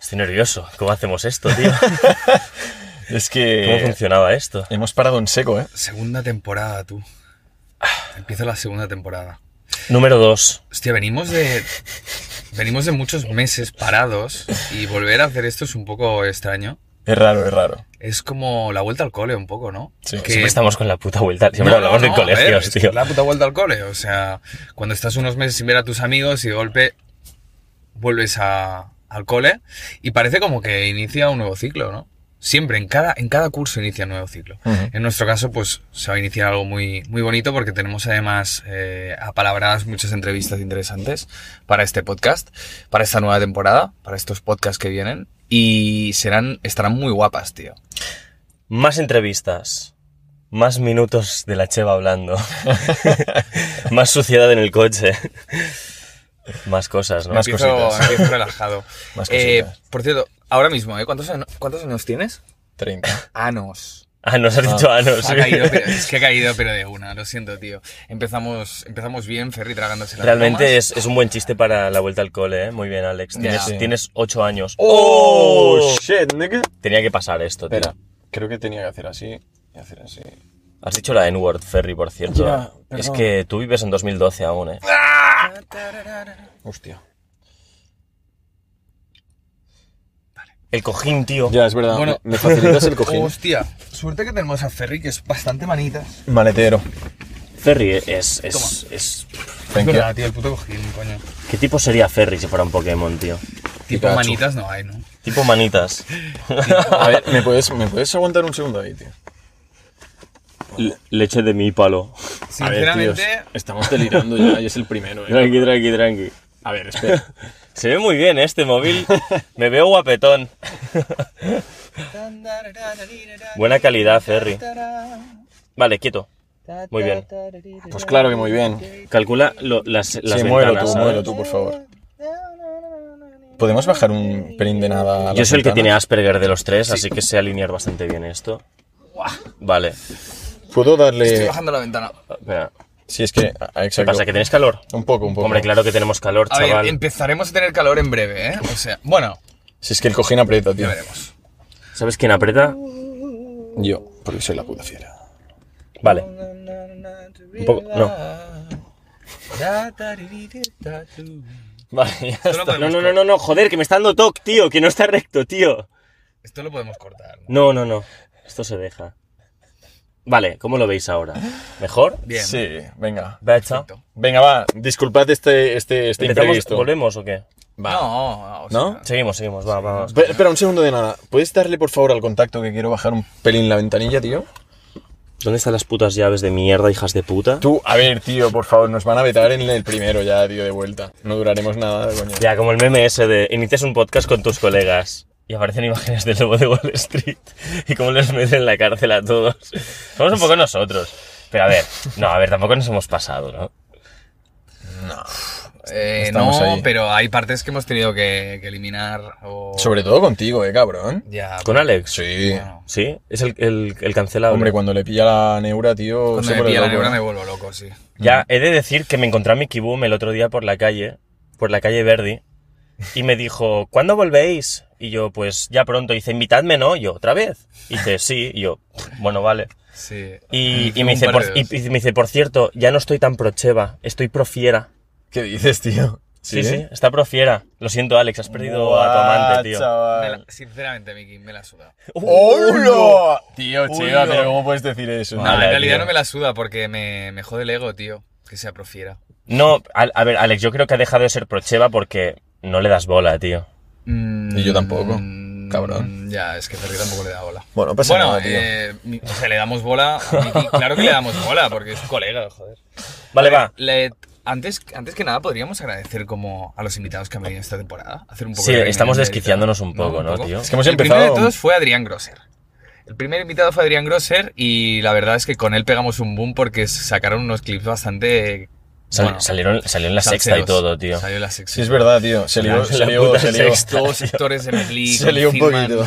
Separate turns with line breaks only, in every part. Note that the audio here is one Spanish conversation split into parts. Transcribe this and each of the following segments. Estoy nervioso. ¿Cómo hacemos esto, tío?
Es
¿Cómo
Eh,
que
funcionaba esto?
hemos parado en seco, ¿eh?
Segunda temporada, tú. Empieza la segunda temporada.
Número 2.
Hostia, venimos de. Venimos de muchos meses parados y volver a hacer esto es un poco extraño.
Es raro, es raro.
Es como la vuelta al cole, un poco, ¿no?
Sí,
Que-
Siempre estamos con la puta vuelta. Siempre
No,
hablamos de
no, no, a ver,
colegios,
es
tío.
La puta vuelta al cole. O sea, cuando estás unos meses sin ver a tus amigos y de golpe vuelves a- al cole y parece como que inicia un nuevo ciclo, ¿no? Siempre, en cada, en cada curso inicia un nuevo ciclo.
Ujú.
En nuestro caso, pues se va a iniciar algo muy, muy bonito porque tenemos además eh, apalabradas muchas entrevistas interesantes para este podcast, para esta nueva temporada, para estos podcasts que vienen y serán, estarán muy guapas, tío.
Más entrevistas. Más minutos de la Cheva hablando. más suciedad en el coche. más cosas, ¿no?
Más
empiezo,
cositas.
empiezo relajado.
Más
Eh,
cositas.
por cierto, ahora mismo, ¿eh? ¿Cuántos, ano- ¿cuántos años tienes?
30.
Anos.
Ah, nos has
Ah.
dicho anos.
Ha caído, pero- es que ha caído, pero de una, lo siento, tío. Empezamos, empezamos bien, Ferry tragándose las
Realmente
bromas.
es, es un buen chiste para la vuelta al cole, ¿eh? Muy bien, Alex.
Ya.
Tienes,
Sí.
tienes ocho años.
¡Oh, shit, nigga!
Tenía que pasar esto, tío.
Espera, creo que tenía que hacer así y hacer así.
Has dicho la N-word, Ferry, por cierto.
Ya,
es
perdón.
que tú vives en 2012 aún, ¿eh?
Hostia.
El cojín, tío.
Ya, es verdad.
Bueno.
me, me facilitas el cojín.
Hostia, suerte que tenemos a Ferry, que es bastante manitas.
Maletero.
Ferry es, es, es...
Es
Thank you.
verdad, tío, el puto cojín, coño.
¿Qué tipo sería Ferry si fuera un Pokémon, tío?
Tipo
Pikachu.
manitas no hay, ¿no?
Tipo manitas.
A ver, ¿me puedes, ¿me puedes aguantar un segundo ahí, tío?
Le- leche de mi palo.
Sinceramente,
A ver, tíos, estamos delirando ya y es el primero, ¿eh?
Tranqui, tranqui, tranqui.
A ver, espera.
Se ve muy bien este móvil. Me veo guapetón. Buena calidad, Ferry. Vale, quieto. Muy bien.
Pues claro que muy bien.
Calcula lo- las, las
sí, muero
ventanas,
tú,
¿sabes?
muero tú, por favor. ¿Podemos bajar un pelín de nada? a
Yo
las
soy el que
ventanas?
tiene Asperger de los tres, así que sé alinear bastante bien esto. Vale.
¿Puedo
estoy
darle...?
bajando la ventana.
Espera.
Sí, es que... ah,
¿Qué
Exacto.
pasa? ¿Que tenéis calor?
Un poco, un poco.
Hombre, claro que tenemos calor,
A
chaval.
ver, empezaremos a tener calor en breve, ¿eh? O sea, bueno,
Si es que el cojín aprieta, tío.
ya veremos.
¿Sabes quién aprieta?
Yo, porque soy la puta fiera.
Vale. Un poco- Vale, ya
lo
está. No,
podemos
no, no, no, no, joder, que me está dando toc, tío, que no está recto, tío.
Esto lo podemos cortar. ¿no?
No, no, no. Esto se deja. Vale, ¿cómo lo veis ahora? ¿Mejor?
Bien.
Sí, venga.
Becha.
Perfecto.
Venga, va. Disculpad este, este, este
¿Empezamos?
imprevisto.
¿Volvemos o qué?
Va.
No, o sea,
¿No?
Seguimos, seguimos, va, va, va.
Pe- Espera, un segundo de nada. ¿Puedes darle, por favor, al contacto que quiero bajar un pelín la ventanilla, tío?
¿Dónde están las putas llaves de mierda, hijas de puta?
Tú, a ver, tío, por favor, nos van a vetar en el primero ya, tío, de vuelta. No duraremos nada, coño.
Ya, como el meme ese de inicias un podcast con tus colegas y aparecen imágenes del lobo de Wall Street y cómo les meten en la cárcel a todos. Somos un poco nosotros. Pero a ver, no, a ver, tampoco nos hemos pasado, ¿no?
Eh,
Estamos
no,
ahí.
pero hay partes que hemos tenido que, que eliminar o...
Sobre todo contigo, eh, cabrón.
Ya,
¿Con Alex?
Sí.
bueno,
¿Sí? Es el, el, el cancelado.
Hombre, cuando le pilla la neura, tío,
cuando
se
me
pone
pilla la
loco,
neura
eh.
me vuelvo loco, sí.
Ya, he de decir que me encontré a Mickey Boom el otro día por la calle, por la calle Verdi, y me dijo, ¿cuándo volvéis? Y yo, pues ya pronto. Y dice, invitadme, ¿no? Y yo, ¿otra vez? Y dice, sí. Y yo, bueno, vale.
Sí.
Y, y
Un
me, dice,
par
por,
de
y-
veces.
y me dice, por cierto, ya no estoy tan procheva, estoy profiera.
¿Qué dices, tío?
Sí, sí, está profiera. Lo siento, Alex, has perdido a tu amante,
Ah,
tío.
Me la- sinceramente, Miki, me la suda.
¡Hola! Tío,
Hola.
chiva, pero ¿cómo puedes decir eso?
No,
Vale,
en realidad
tío.
no me la suda porque me, me jode el ego, tío. Que sea profiera.
No, a, a ver, Alex, yo creo que ha dejado de ser procheva porque no le das bola, tío.
Mm,
Y yo tampoco, cabrón.
mm, Ya, es que Ferri tampoco le da bola.
Bueno, pasa
bueno,
nada, tío.
eh, mi- o sea, le damos bola a Miki. Claro que le damos bola porque es un colega, joder.
Vale, va.
Le- antes, antes que nada, podríamos agradecer como a los invitados que han venido esta temporada. Hacer un poco
Sí,
de
estamos
reunión de
desquiciándonos un
mérito.
poco, ¿no, tío?
Es que hemos
el
empezado...
primero de todos fue Adrián Grosser. El primer invitado fue Adrián Grosser y la verdad es que con él pegamos un boom porque sacaron unos clips bastante...
Sal-
bueno,
salieron, salió en la sexta y
salseros.
todo, tío.
Salió en la sexta.
Sí, es verdad, tío. Se lió,
La-
se
la
lió,
puta
se lió.
sexta.
Todos sectores de Netflix.
Se lió un
Filman,
poquito.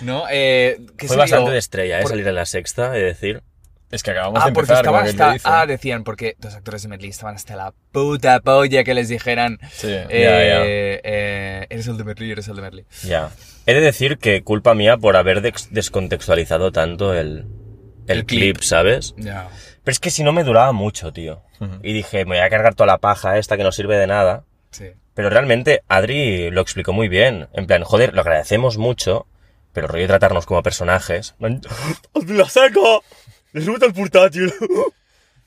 ¿No? Eh, ¿qué
Fue
se
bastante
lió?
de estrella, ¿eh?
Por-
Salir en la sexta, es decir.
Es que acabamos
Ah,
de
porque
empezar con
estaban
aquel que
hasta.
dice.
Ah, decían, porque los actores de Medley estaban hasta la puta polla que les dijeran.
Sí,
ah,
ya, ya.
eh, eh, eres el de Merlí, eres el de Merlí.
Ya. He de decir que culpa mía por haber dex- descontextualizado tanto el, el,
El clip.
clip, ¿sabes?
Ya.
Pero es que si no me duraba mucho, tío.
Ujú.
Y dije, me voy a cargar toda la paja esta que no sirve de nada.
Sí.
Pero realmente Adri lo explicó muy bien. En plan, joder, lo agradecemos mucho, pero el rollo de tratarnos como personajes. ¡Os ¡La saco! ¡Les suelta el portátil!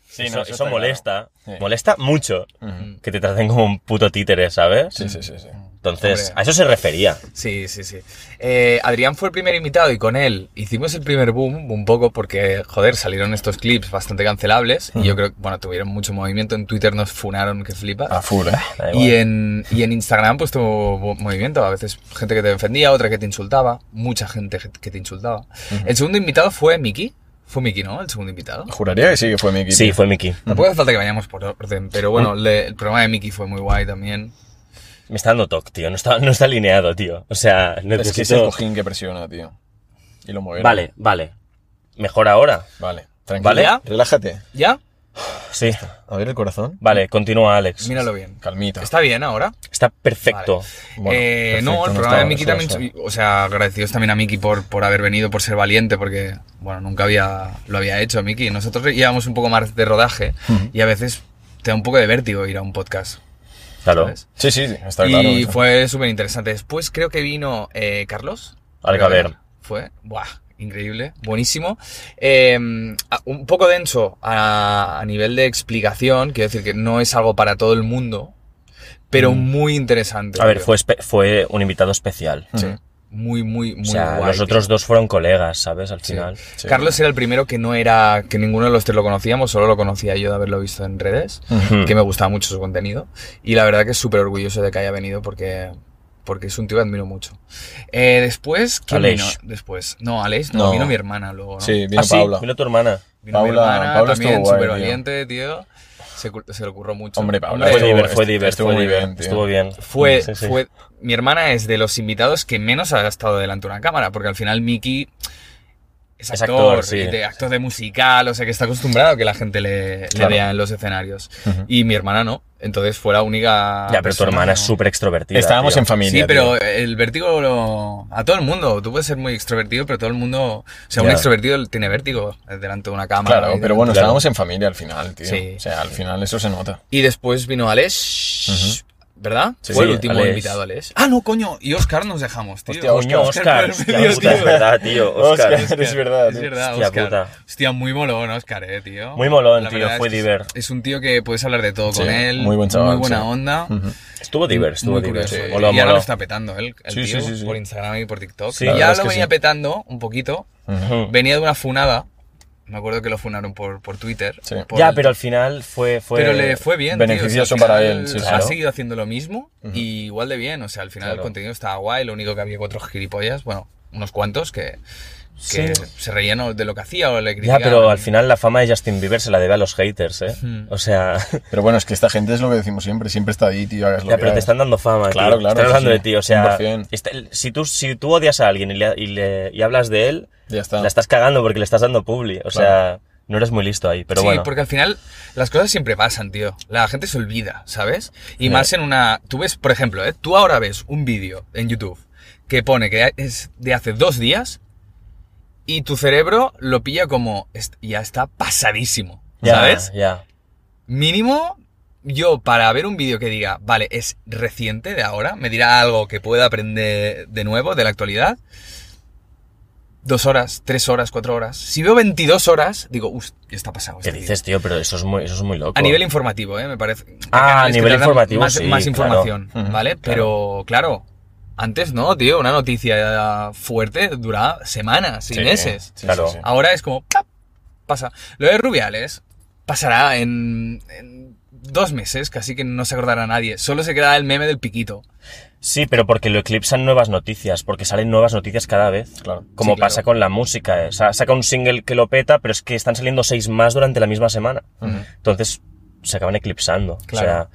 Sí,
eso,
no,
eso
está claro.
molesta.
Sí.
Molesta mucho
Ujú.
que te traten como un puto títere, ¿sabes?
Sí, sí, sí, sí.
Entonces,
Hombre.
a eso se refería.
Sí, sí, sí. Eh, Adrián fue el primer invitado y con él hicimos el primer boom un poco porque, joder, salieron estos clips bastante cancelables y yo creo que, bueno, tuvieron mucho movimiento. En Twitter nos funaron que flipas.
A full, eh.
Da igual.
Y en, y en Instagram pues tuvo bo- movimiento, a veces gente que te defendía, otra que te insultaba, mucha gente que- que te insultaba. El segundo invitado fue Miki, fue Miki, ¿no? El segundo invitado.
Juraría que sí que fue Miki.
Sí, fue Miki.
Tampoco hace falta que vayamos por orden, pero bueno, le- el programa de Miki fue muy guay también.
Me está dando toque, tío. No está, no está alineado, tío. O sea,
Es que es el
necesito...
cojín que presiona, tío. Y lo mueve.
Vale, vale. Mejor ahora.
Vale. Tranquilo.
¿Vale?
Relájate.
¿Ya?
Sí.
A ver el corazón.
Vale, continúa, Alex.
Míralo bien.
Calmita.
¿Está bien ahora?
Está perfecto.
Bueno,
Eh,
perfecto,
no, el
no
programa de
estaba-
Miki
eso,
también,
eso.
o sea, agradecidos también a Miki por, por haber venido, por ser valiente, porque, bueno, nunca había, lo había hecho Miki. Nosotros llevamos un poco más de rodaje y a veces te da un poco de vértigo ir a un podcast.
Claro.
¿sabes?
Sí, sí, sí, está claro.
Y
eso.
fue súper interesante. Después creo que vino eh, Carlos.
Alcaver.
Fue, buah, increíble, buenísimo. Eh, a- un poco denso a, a nivel de explicación, quiero decir que no es algo para todo el mundo, pero muy interesante.
Mm. A ver,
tío.
fue, espe- fue un invitado especial.
Sí, muy, Mm. muy, muy
O sea,
guay,
los otros dos fueron colegas, ¿sabes? Al
Sí.
final.
Sí.
Carlos era el primero que no era, que ninguno de los tres lo conocíamos, solo lo conocía yo de haberlo visto en redes,
Ujú.
que Mm. me gustaba mucho su contenido. Y la verdad que súper orgulloso de que haya venido porque, porque es un tío que admiro mucho. Eh, después, ¿quién
Aleix.
vino? Después, no, Aleix, no,
No.
vino mi hermana luego, ¿no?
Sí, vino
Ah, sí,
Paula.
vino tu hermana.
Vino mi
Paula-
hermana,
Paula estuvo
también
guay,
súper valiente, tío. Se, cu- se le ocurrió mucho.
Hombre, Paula,
Fue
Estuvo-
diver, fue
estu-
diver,
estuvo
fue
muy
diver.
bien, tío.
estuvo bien.
Fue,
Sí, sí.
fue, mi hermana es de los invitados que menos ha estado delante de una cámara, porque al final Miki es
Es
actor,
actor, sí.
y de, actor de musical, o sea que está acostumbrado a que la gente le, le
Claro.
vea en los escenarios.
Ujú.
Y mi hermana no, entonces fue la
ya,
única.
pero tu
persona,
hermana
¿no?
es súper extrovertida.
Estábamos
tío.
en familia.
Sí,
tío.
pero el vértigo lo- a todo el mundo. Tú puedes ser muy extrovertido, pero todo el mundo. O sea, un
Ya.
extrovertido tiene vértigo delante de una cámara.
Claro,
y
pero bueno,
delante-
estábamos en familia al final, tío.
Sí.
O sea, al final eso se nota.
Y después vino Alex. ¿Verdad?
Sí,
Fue el
sí,
último
Aleix.
invitado, Alex. Ah, no, coño. Y Oscar nos dejamos, tío.
Hostia,
Coño, Oscar.
por el
hostia
medio,
puta,
tío.
es verdad, tío. Oscar.
Oscar. Es verdad,
Es
tío.
verdad,
Hostia
Oscar.
puta.
Hostia, muy molón, Oscar, eh, tío.
Muy molón, tío,
verdad es
fue
que es-
diver.
Es un tío que puedes hablar de todo
Sí,
con él.
muy buen chaval,
Muy buena
sí.
onda.
Estuvo diver, estuvo
muy
diver.
curioso.
Moló,
y ahora
moló.
lo está petando él, el
Sí,
tío,
sí, sí, sí.
por Instagram y por TikTok.
Sí,
Y
la
ya
verdad es
lo
que
venía
sí.
petando un poquito.
Ujú.
Venía de una funada. Me acuerdo que lo funaron por, por Twitter.
Sí.
por
Ya,
el-
pero al final fue... fue
pero le fue bien.
beneficioso
tío, O sea, al
para
final
él, sí,
Ha
claro.
seguido haciendo lo mismo y igual de bien. O sea, al final el
Claro.
contenido estaba guay. Lo único que había cuatro gilipollas, bueno, unos cuantos que, que
Sí.
se reían o de lo que hacía o le
Ya,
criticaban.
pero al final la fama de Justin Bieber se la debe a los haters, ¿eh?
Hmm.
O sea...
Pero bueno, es que esta gente es lo que decimos siempre. Siempre está ahí, tío. Hagas lo
Ya,
que
pero te
hagas.
están dando fama, tío.
Claro, claro,
Están
sí,
hablando
sí.
de ti, o sea...
100%.
está- si, tú, si tú odias a alguien y, le- y le- y hablas de él,
Ya está.
la estás cagando porque le estás dando publi. O sea, no eres muy listo ahí, pero
sí,
bueno.
porque al final las cosas siempre pasan, tío. La gente se olvida, ¿sabes? Y más en una... Tú ves, por ejemplo, ¿eh? tú ahora ves un vídeo en YouTube que pone que es de hace dos días y tu cerebro lo pilla como "Est- ya está pasadísimo,
Ya,
¿sabes?
Ya.
Mínimo, yo para ver un vídeo que diga, vale, es reciente de ahora, me dirá algo que pueda aprender de nuevo, de la actualidad. Dos horas, tres horas, cuatro horas. Si veo 22 horas, digo, uff, ya está pasado.
¿Qué
este vídeo".
dices, tío? Pero eso es muy, eso es muy loco.
A nivel informativo, ¿eh? Me parece. Hay
Ah, a
canales que
nivel
te dan
informativo,
Más,
sí,
más
claro.
información,
Ujú,
¿vale? Pero, claro, antes no, tío. Una noticia fuerte duraba semanas y
Sí,
meses.
sí,
Claro.
sí, sí.
Ahora es como. ¡tap! Pasa. Lo de Rubiales pasará en, en dos meses, casi que no se acordará nadie. Solo se quedará el meme del piquito.
Sí, pero porque lo eclipsan nuevas noticias, porque salen nuevas noticias cada vez.
Claro.
Como
Sí, claro.
pasa con la música. eh. O sea, saca un single que lo peta, pero es que están saliendo seis más durante la misma semana. Entonces, se acaban eclipsando.
Claro.
O sea,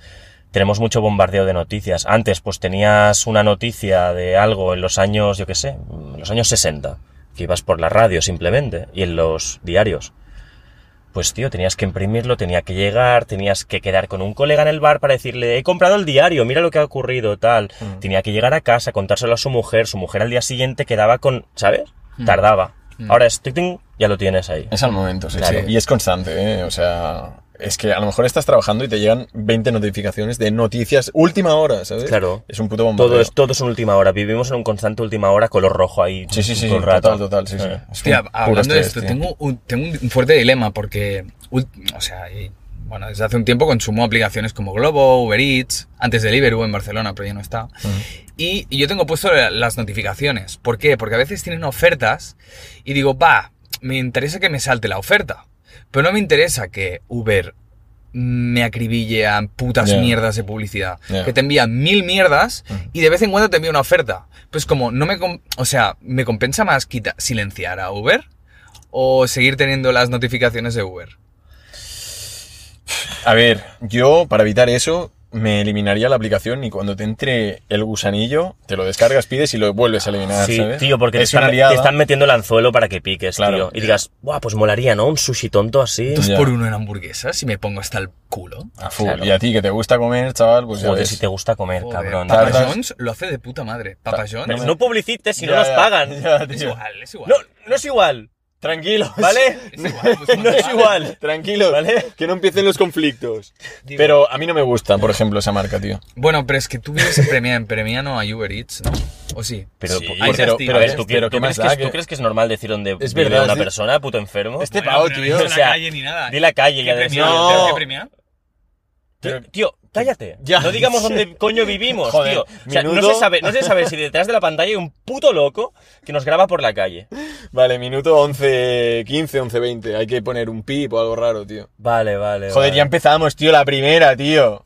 tenemos mucho bombardeo de noticias. Antes, pues tenías una noticia de algo en los años, yo qué sé, en los años 60, que ibas por la radio simplemente, y en los diarios. pues tío, tenías que imprimirlo, tenía que llegar, tenías que quedar con un colega en el bar para decirle, he comprado el diario, mira lo que ha ocurrido, tal.
Mm.
Tenía que llegar a casa, contárselo a su mujer, su mujer al día siguiente quedaba con, ¿sabes?
Mm.
Tardaba.
Mm.
Ahora es, tic, tic, ya lo tienes ahí.
Es al momento, sí,
Claro.
sí. Y es constante, ¿eh? O sea, es que a lo mejor estás trabajando y te llegan 20 notificaciones de noticias última hora, ¿sabes?
Claro.
Es un puto bombardeo.
Todo es, todo es una última hora, vivimos en un constante última hora color rojo ahí
Sí, sí, sí,
todo
sí,
el rato.
total, total, sí, sí.
Eh.
Es
Hostia,
un puro
hablando de
estrés,
esto,
tío.
tengo un, tengo un fuerte dilema porque, ul- o sea, y, bueno, desde hace un tiempo consumo aplicaciones como Globo, Uber Eats, antes Deliveroo en Barcelona, pero ya no está. Y, y yo tengo puesto la- las notificaciones. ¿Por qué? Porque a veces tienen ofertas y digo, va, me interesa que me salte la oferta, pero no me interesa que Uber me acribille a putas
Ya.
mierdas de publicidad.
Ya.
Que te envía mil mierdas y de vez en cuando te envía una oferta. Pues como no me... com- O sea, ¿me compensa más quita silenciar a Uber o seguir teniendo las notificaciones de Uber?
A ver, yo para evitar eso me eliminaría la aplicación y cuando te entre el gusanillo, te lo descargas, pides y lo vuelves a eliminar,
Sí,
¿sabes?
tío, porque te
es una
están,
liada.
te están metiendo el anzuelo para que piques, tío.
Claro.
Y digas, guau, pues molaría, ¿no? Un sushi tonto así.
Dos
Ya.
por uno en hamburguesas y me pongo hasta el culo.
A full.
Claro.
Y a ti que te gusta comer, chaval, pues ya
Joder,
ves.
si te gusta comer,
Joder,
Eh, cabrón.
Papa
Tardas-
John's lo hace de puta madre. Papa John's
no
No publicites si no
Ya,
nos
ya,
pagan.
ya, tío.
es igual, es igual.
No, no es igual,
Tranquilos.
¿vale?
Es igual, pues,
No es
vale.
igual.
Tranquilos.
¿Vale?
Que no empiecen los conflictos.
Digo-
Pero a mí no me gusta, por ejemplo, esa marca, tío.
Bueno, pero es que tú vives en Premia, en Premia no hay Uber Eats, ¿no? ¿O sí?
Pero,
Sí,
por-
hay
pero-
castigo.
pero a ver, ¿tú, qué-
Pero ¿qué
tú crees
más
que
da
es,
que-
tú crees que es normal decir dónde
Es
vive
verdad,
una
sí.
persona, puto enfermo?
Este
Bueno,
pavo,
pero no
tío,
dice
o
la
sea,
calle ni nada. ¿eh?
Di la calle
¿Qué
ya
premia?
no.
¿Qué premia?
Tío, tío, cállate.
Ya.
No digamos dónde coño vivimos,
Joder,
tío. O sea, no
menudo-
se, sabe, no se sabe si detrás de la pantalla hay un puto loco que nos graba por la calle.
Vale, minuto 11, 15, 11, 20. Hay que poner un pip o algo raro, tío.
Vale, vale.
Joder,
vale.
ya empezamos, tío, la primera, tío.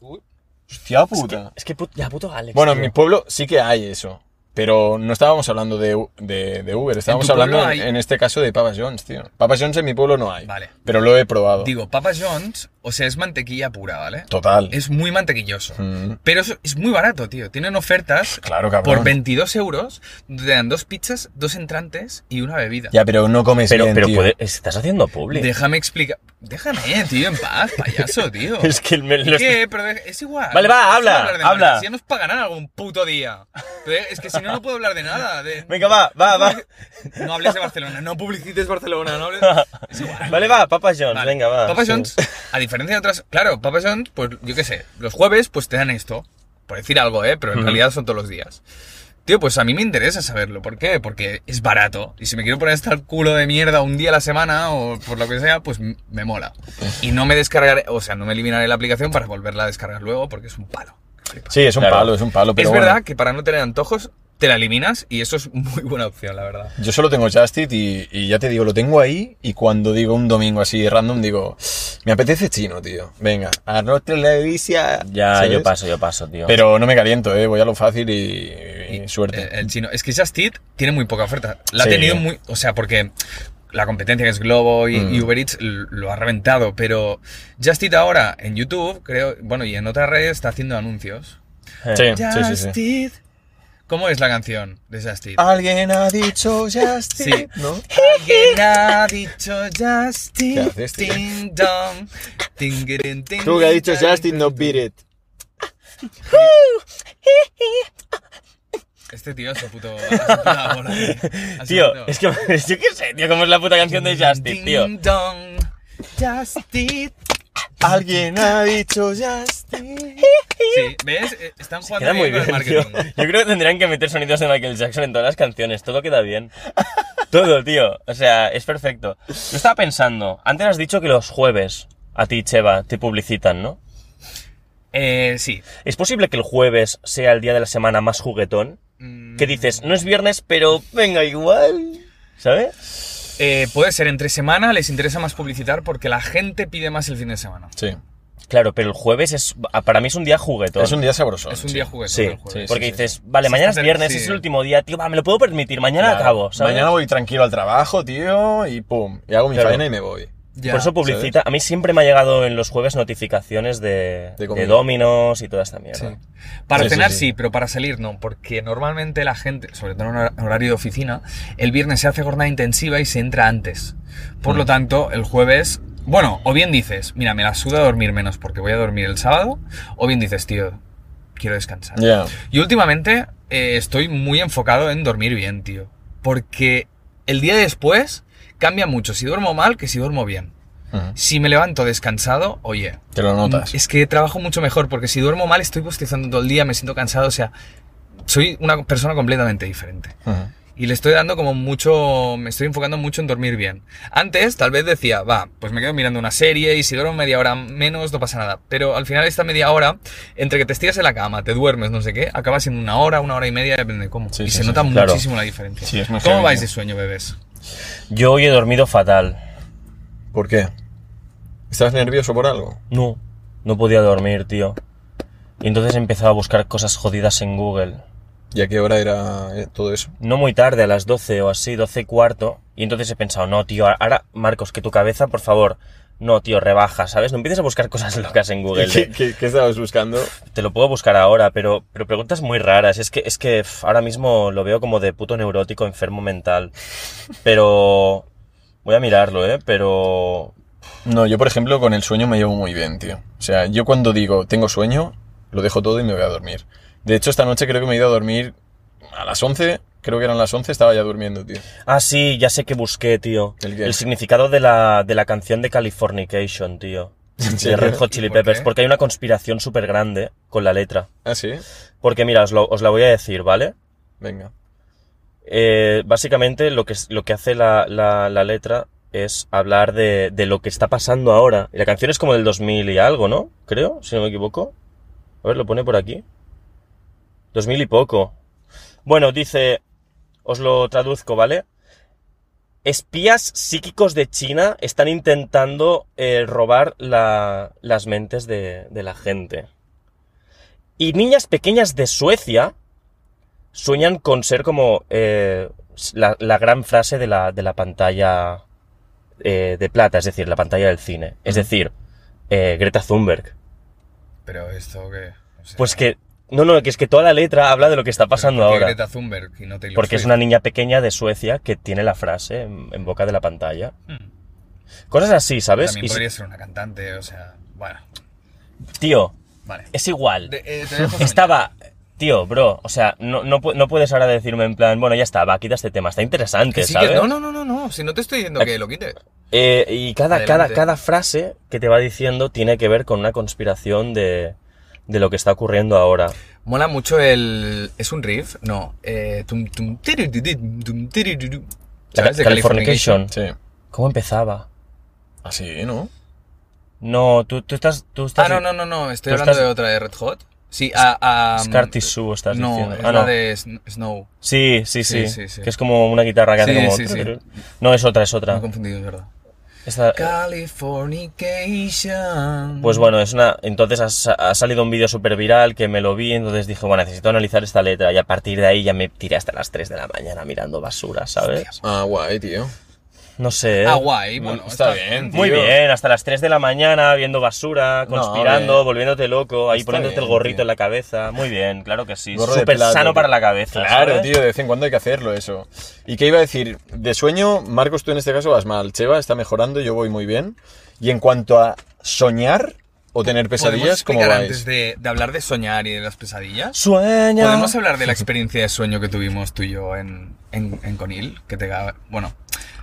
Hostia puta.
Es que put- ya puto Alex.
Bueno, en
tío.
mi pueblo sí que hay eso. Pero no estábamos hablando de, U- de- de Uber, estábamos
tu
hablando
pueblo
en,
hay-
en este caso de Papa John's, tío. Papa John's en mi pueblo no hay.
Vale.
Pero lo he probado.
Digo, Papa John's, o sea, es mantequilla pura, ¿vale?
Total.
Es muy mantequilloso.
Mm,
Pero es, es muy barato, tío. Tienen ofertas
claro, cabrón.
por 22 euros, donde te dan dos pizzas, dos entrantes y una bebida.
Ya, pero no comes
Pero,
bien,
pero
tío.
puede- estás haciendo public.
Déjame explicar. Déjame, tío, en paz, payaso, tío.
Es que me lo-
¿Qué? Pero de- es igual.
Vale, va,
No puedo
habla,
hablar de
habla.
marcas, Ya nos pagarán algún puto día. Pero es que si no, no puedo hablar de nada. de-
Venga, va, va, va.
No hables de Barcelona, no publicites Barcelona, no hables. Es igual.
Vale, va, Papa John's,
Vale.
Pues venga, va.
Papa
Sí.
John's, a diferencia de otras. Claro, Papa John's, pues yo qué sé, los jueves pues te dan esto. Por decir algo, ¿eh? Pero en realidad son todos los días. Tío, pues a mí me interesa saberlo. ¿Por qué? Porque es barato. Y si me quiero poner hasta el culo de mierda un día a la semana o por lo que sea, pues m- me mola. Y no me descargaré, o sea, no me eliminaré la aplicación para volverla a descargar luego porque es un palo. Flipa.
Sí, es un
Claro.
palo, es un palo. Pero
es
bueno,
verdad que para no tener antojos te la eliminas y eso es muy buena opción, la verdad.
Yo solo tengo Justit y, y ya te digo, lo tengo ahí y cuando digo un domingo así random digo, me apetece chino, tío. Venga, arroz televisia.
Ya,
¿sabes?
yo paso, yo paso, tío.
Pero no me caliento, eh, voy a lo fácil y, y suerte.
Eh, El chino. Es que Just Eat tiene muy poca oferta. La
Sí.
ha tenido muy. O sea, porque la competencia que es Globo y,
Mm.
y Uber Eats l- lo ha reventado. Pero Just Eat ahora en YouTube, creo. Bueno, y en otras redes está haciendo anuncios.
Eh.
sí, sí, sí, Ah. sí.
Just Eat. ¿Cómo es la canción de Just Eat?
Alguien ha dicho Justit,
Sí.
¿no?
Alguien ha dicho Just Eat,
¿Qué haces, tío?
ding dong, tingirin, ting,
Tú que has dicho
dang.
Justin, no beat it.
Este tío es un puto. ha sido una bola, eh. Ha
Tío,
sido una-
es que yo qué sé, tío, cómo es la puta canción de Justin, tío.
Ding dong, Just Eat.
Alguien ha dicho Justin.
Sí, ¿ves? Eh, Están jugando
Queda muy
bien
bien,
con el
tío.
marketing.
Yo creo que tendrían que meter sonidos de Michael Jackson en todas las canciones, todo queda bien. Todo, tío. O sea, es perfecto. Yo estaba pensando, antes has dicho que los jueves a ti, Cheva, te publicitan, ¿no?
Eh, sí.
¿Es posible que el jueves sea el día de la semana más juguetón?
Mm,
Que dices, no es viernes, pero venga igual. ¿Sabes?
eh, puede ser entre semana, les interesa más publicitar porque la gente pide más el fin de semana.
Sí.
Claro, pero el jueves es para mí es un día juguetón.
Es un día sabroso.
Es un
sí.
día juguetón
Sí,
el jueves.
porque
sí, sí.
dices, vale,
Sí,
mañana es
está-
viernes,
sí.
es el último día, tío, va, me lo puedo permitir, mañana
Claro.
acabo, ¿sabes?
Mañana voy tranquilo al trabajo, tío, y pum. Y hago mi
Claro.
faena y me voy.
Ya.
Por eso publicita. A mí siempre me ha llegado en los jueves notificaciones de,
De
de,
comida.
dominos y toda esta
Sí.
mierda.
Para
Sí, sí,
cenar sí,
sí.
pero para salir no, porque normalmente la gente, sobre todo en hor- horario de
Mm.
oficina, el viernes se hace jornada intensiva y se entra antes. Por lo tanto, el jueves Bueno, o bien dices, mira, me la suda dormir menos porque voy a dormir el sábado, o bien dices, tío, quiero descansar.
Ya.
Y últimamente eh, estoy muy enfocado en dormir bien, tío. Porque el día después cambia mucho si duermo mal que si duermo bien.
Ujú.
Si me levanto descansado, oye,
Te lo notas.
es que trabajo mucho mejor porque si duermo mal estoy bostezando todo el día, me siento cansado, o sea, soy una persona completamente diferente.
Ujú.
Y le estoy dando como mucho, me estoy enfocando mucho en dormir bien. Antes tal vez decía, va, pues me quedo mirando una serie y si duermo media hora menos no pasa nada. Pero al final esta media hora, entre que te estiras en la cama, te duermes, no sé qué, acaba siendo una hora, una hora y media, depende de cómo.
Sí,
y
sí,
se
sí,
nota
claro.
muchísimo la diferencia.
Sí, es muy
¿Cómo
heavy,
vais
¿no?
de sueño, bebés?
Yo hoy he dormido fatal.
¿Por qué? ¿Estás nervioso por algo?
No, no podía dormir, tío. Y entonces he empezado a buscar cosas jodidas en Google.
¿Y a qué hora era eh, todo eso?
No muy tarde, a las 12 o así, 12 y cuarto. Y entonces he pensado, no, tío, ahora, Marcos, que tu cabeza, por favor, no, tío, rebaja, ¿sabes? No empieces a buscar cosas locas en Google.
¿Qué,
de-
qué- qué estabas buscando?
Te lo puedo buscar ahora, pero, pero preguntas muy raras. Es que, es que pf, ahora mismo lo veo como de puto neurótico, enfermo mental. Pero... Voy a mirarlo, ¿eh? Pero...
No, yo por ejemplo con el sueño me llevo muy bien, tío. O sea, yo cuando digo tengo sueño, lo dejo todo y me voy a dormir. De hecho, esta noche creo que me he ido a dormir a las 11, creo que eran las 11, estaba ya durmiendo, tío.
Ah, sí, ya sé que busqué, tío.
¿El
El,
qué?
significado de la, de la canción de Californication, tío. De
serio?
Red Hot
¿Y
Chili
por
Peppers,
qué?
porque hay una conspiración súper grande con la letra.
Ah, sí,
Porque mira, os, lo- os la voy a decir, ¿vale?
venga.
Eh, básicamente lo que, es- lo que hace la, la- la letra es hablar de, de lo que está pasando ahora. Y la canción es como del 2000 y algo, ¿no? Creo, si no me equivoco. A ver, lo pone por aquí. 2000 y poco. Bueno, dice, os lo traduzco, ¿vale? Espías psíquicos de China están intentando eh, robar la- las mentes de, de la gente. Y niñas pequeñas de Suecia sueñan con ser como eh, la, la gran frase de la, de la pantalla eh, de plata, es decir, la pantalla del cine. Es decir, eh, Greta Thunberg.
Pero esto que... no sé.
Pues que, no, no, que es que toda la letra habla de lo que está
¿Pero
pasando
por qué
ahora.
Greta Thunberg y no Taylor
Porque es una
Swift?
niña pequeña de Suecia que tiene la frase en, en boca de la pantalla.
Hmm.
Cosas así, ¿sabes?
También
Y si-
podría ser una cantante, o sea, bueno,
tío,
vale.
es igual.
De- eh, te dejo soñar.
Estaba... Tío, bro, o sea, no, no, pu- no puedes ahora decirme en plan, bueno, ya está, va, quita este tema, está interesante,
Que sí, que
¿sabes?
no, no, no, no, no, si no te estoy diciendo que lo quite.
Eh, y cada, cada,
Adelante.
cada frase que te va diciendo tiene que ver con una conspiración de, de lo que está ocurriendo ahora.
Mola mucho el... ¿Es un riff? No. Eh, tum, tum, tirididim, tum, tirididu.
La
¿Sabes? De Californication.
Californication.
Sí.
¿Cómo empezaba?
Así, ¿no?
No, tú, tú estás... Tú estás
Ah, no, no, no, no, estoy
Tú
hablando
estás-
de otra de Red Hot. Sí, a... a
Scar Tissue estás
no,
diciendo.
es
Ah,
la
no.
de Sn- Snow.
Sí sí sí,
Sí, sí, sí.
Que es como una guitarra que hace
Sí,
como.
sí, sí.
No, es otra, es
Me
otra.
he confundido, es verdad.
Esta-
Californication.
pues bueno, es una. Entonces ha, sa- ha salido un vídeo súper viral que me lo vi, entonces dije, bueno, necesito analizar esta letra y a partir de ahí ya me tiré hasta las 3 de la mañana mirando basura, ¿sabes?
Ah, guay, tío.
No sé.
Ah, guay, bueno,
Está bien,
Muy
tío.
¿eh? bien, hasta las 3 de la mañana viendo basura,
No,
conspirando,
hombre.
volviéndote loco, ahí
Está
poniéndote el
bien,
gorrito
tío.
en la cabeza. Muy bien, claro que sí.
Gorro de
Súper
plata,
sano
tío.
para la cabeza.
Claro,
¿sabes?
tío, de vez en cuando hay que hacerlo eso. ¿Y qué iba a decir? De sueño, Marcos, tú en este caso vas mal. Cheva está mejorando, yo voy muy bien. Y en cuanto a soñar o tener
¿Podemos
pesadillas, ¿cómo
explicar
vais?
antes de, de hablar de soñar y de las pesadillas?
Sueña.
¿Podemos hablar de la experiencia de sueño que tuvimos tú y yo en, en, en Conil? Que te... ga- Bueno,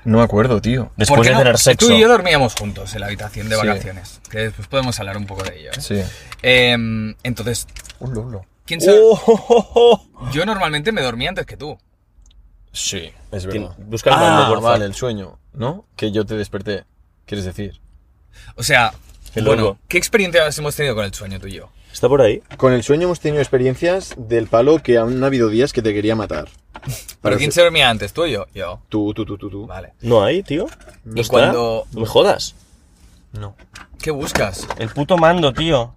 No me acuerdo, tío.
Después
¿Por qué
de
no?
tener sexo.
Tú y yo dormíamos juntos en la habitación de
Sí.
vacaciones. Que después podemos hablar un poco de ello. ¿eh?
Sí.
Em, entonces,
Ulo, ulo.
¿quién sabe?
Oh, oh, oh, oh.
Yo normalmente me dormía antes que tú.
Sí, es
Tien-
verdad.
Busca el mando, porfa.
Ah, vale, el sueño, ¿no? Que yo te desperté, quieres decir.
O sea,
Qué
bueno,
loco.
¿qué experiencias hemos tenido con el sueño tú y yo?
¿Está por ahí?
Con el sueño hemos tenido experiencias del palo que han habido días que te quería matar.
¿Pero quién se dormía antes, tú o yo? Yo.
Tú, tú, tú, tú, tú.
Vale.
No hay, tío. No
Y
está.
cuando-
No me jodas.
No.
¿Qué buscas?
El puto mando, tío.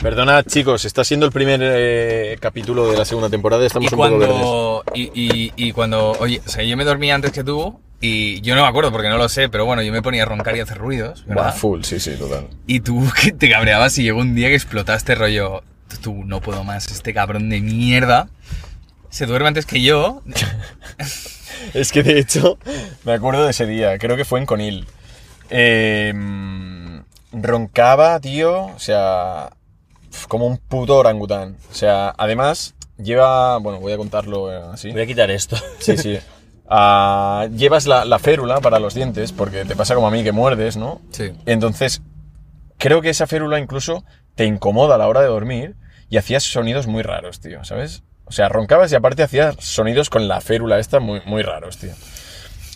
Perdona, chicos, está siendo el primer eh, capítulo de la segunda temporada,
Y
estamos un poco verdes.
cuando, y, y- y cuando, oye, o sea, yo me dormía antes que tú y yo no me acuerdo porque no lo sé, pero bueno, yo me ponía a roncar y a hacer ruidos,
Va
¿verdad?
full, sí, sí, total.
Y tú que te cabreabas y llegó un día que explotaste rollo, tú, tú, no puedo más, este cabrón de mierda se duerme antes que yo.
Es que de hecho, me acuerdo de ese día, creo que fue en Conil. Eh, mm, roncaba, tío, o sea, pf, como un puto orangután. O sea, además, lleva, bueno, voy a contarlo eh, así.
Voy a quitar esto.
Sí, sí. Ah, llevas la, la férula para los dientes, porque te pasa como a mí que muerdes, ¿no?
Sí.
Entonces, creo que esa férula incluso te incomoda a la hora de dormir y hacías sonidos muy raros, tío, ¿sabes? O sea, roncabas y aparte hacías sonidos con la férula esta muy, muy raros, tío.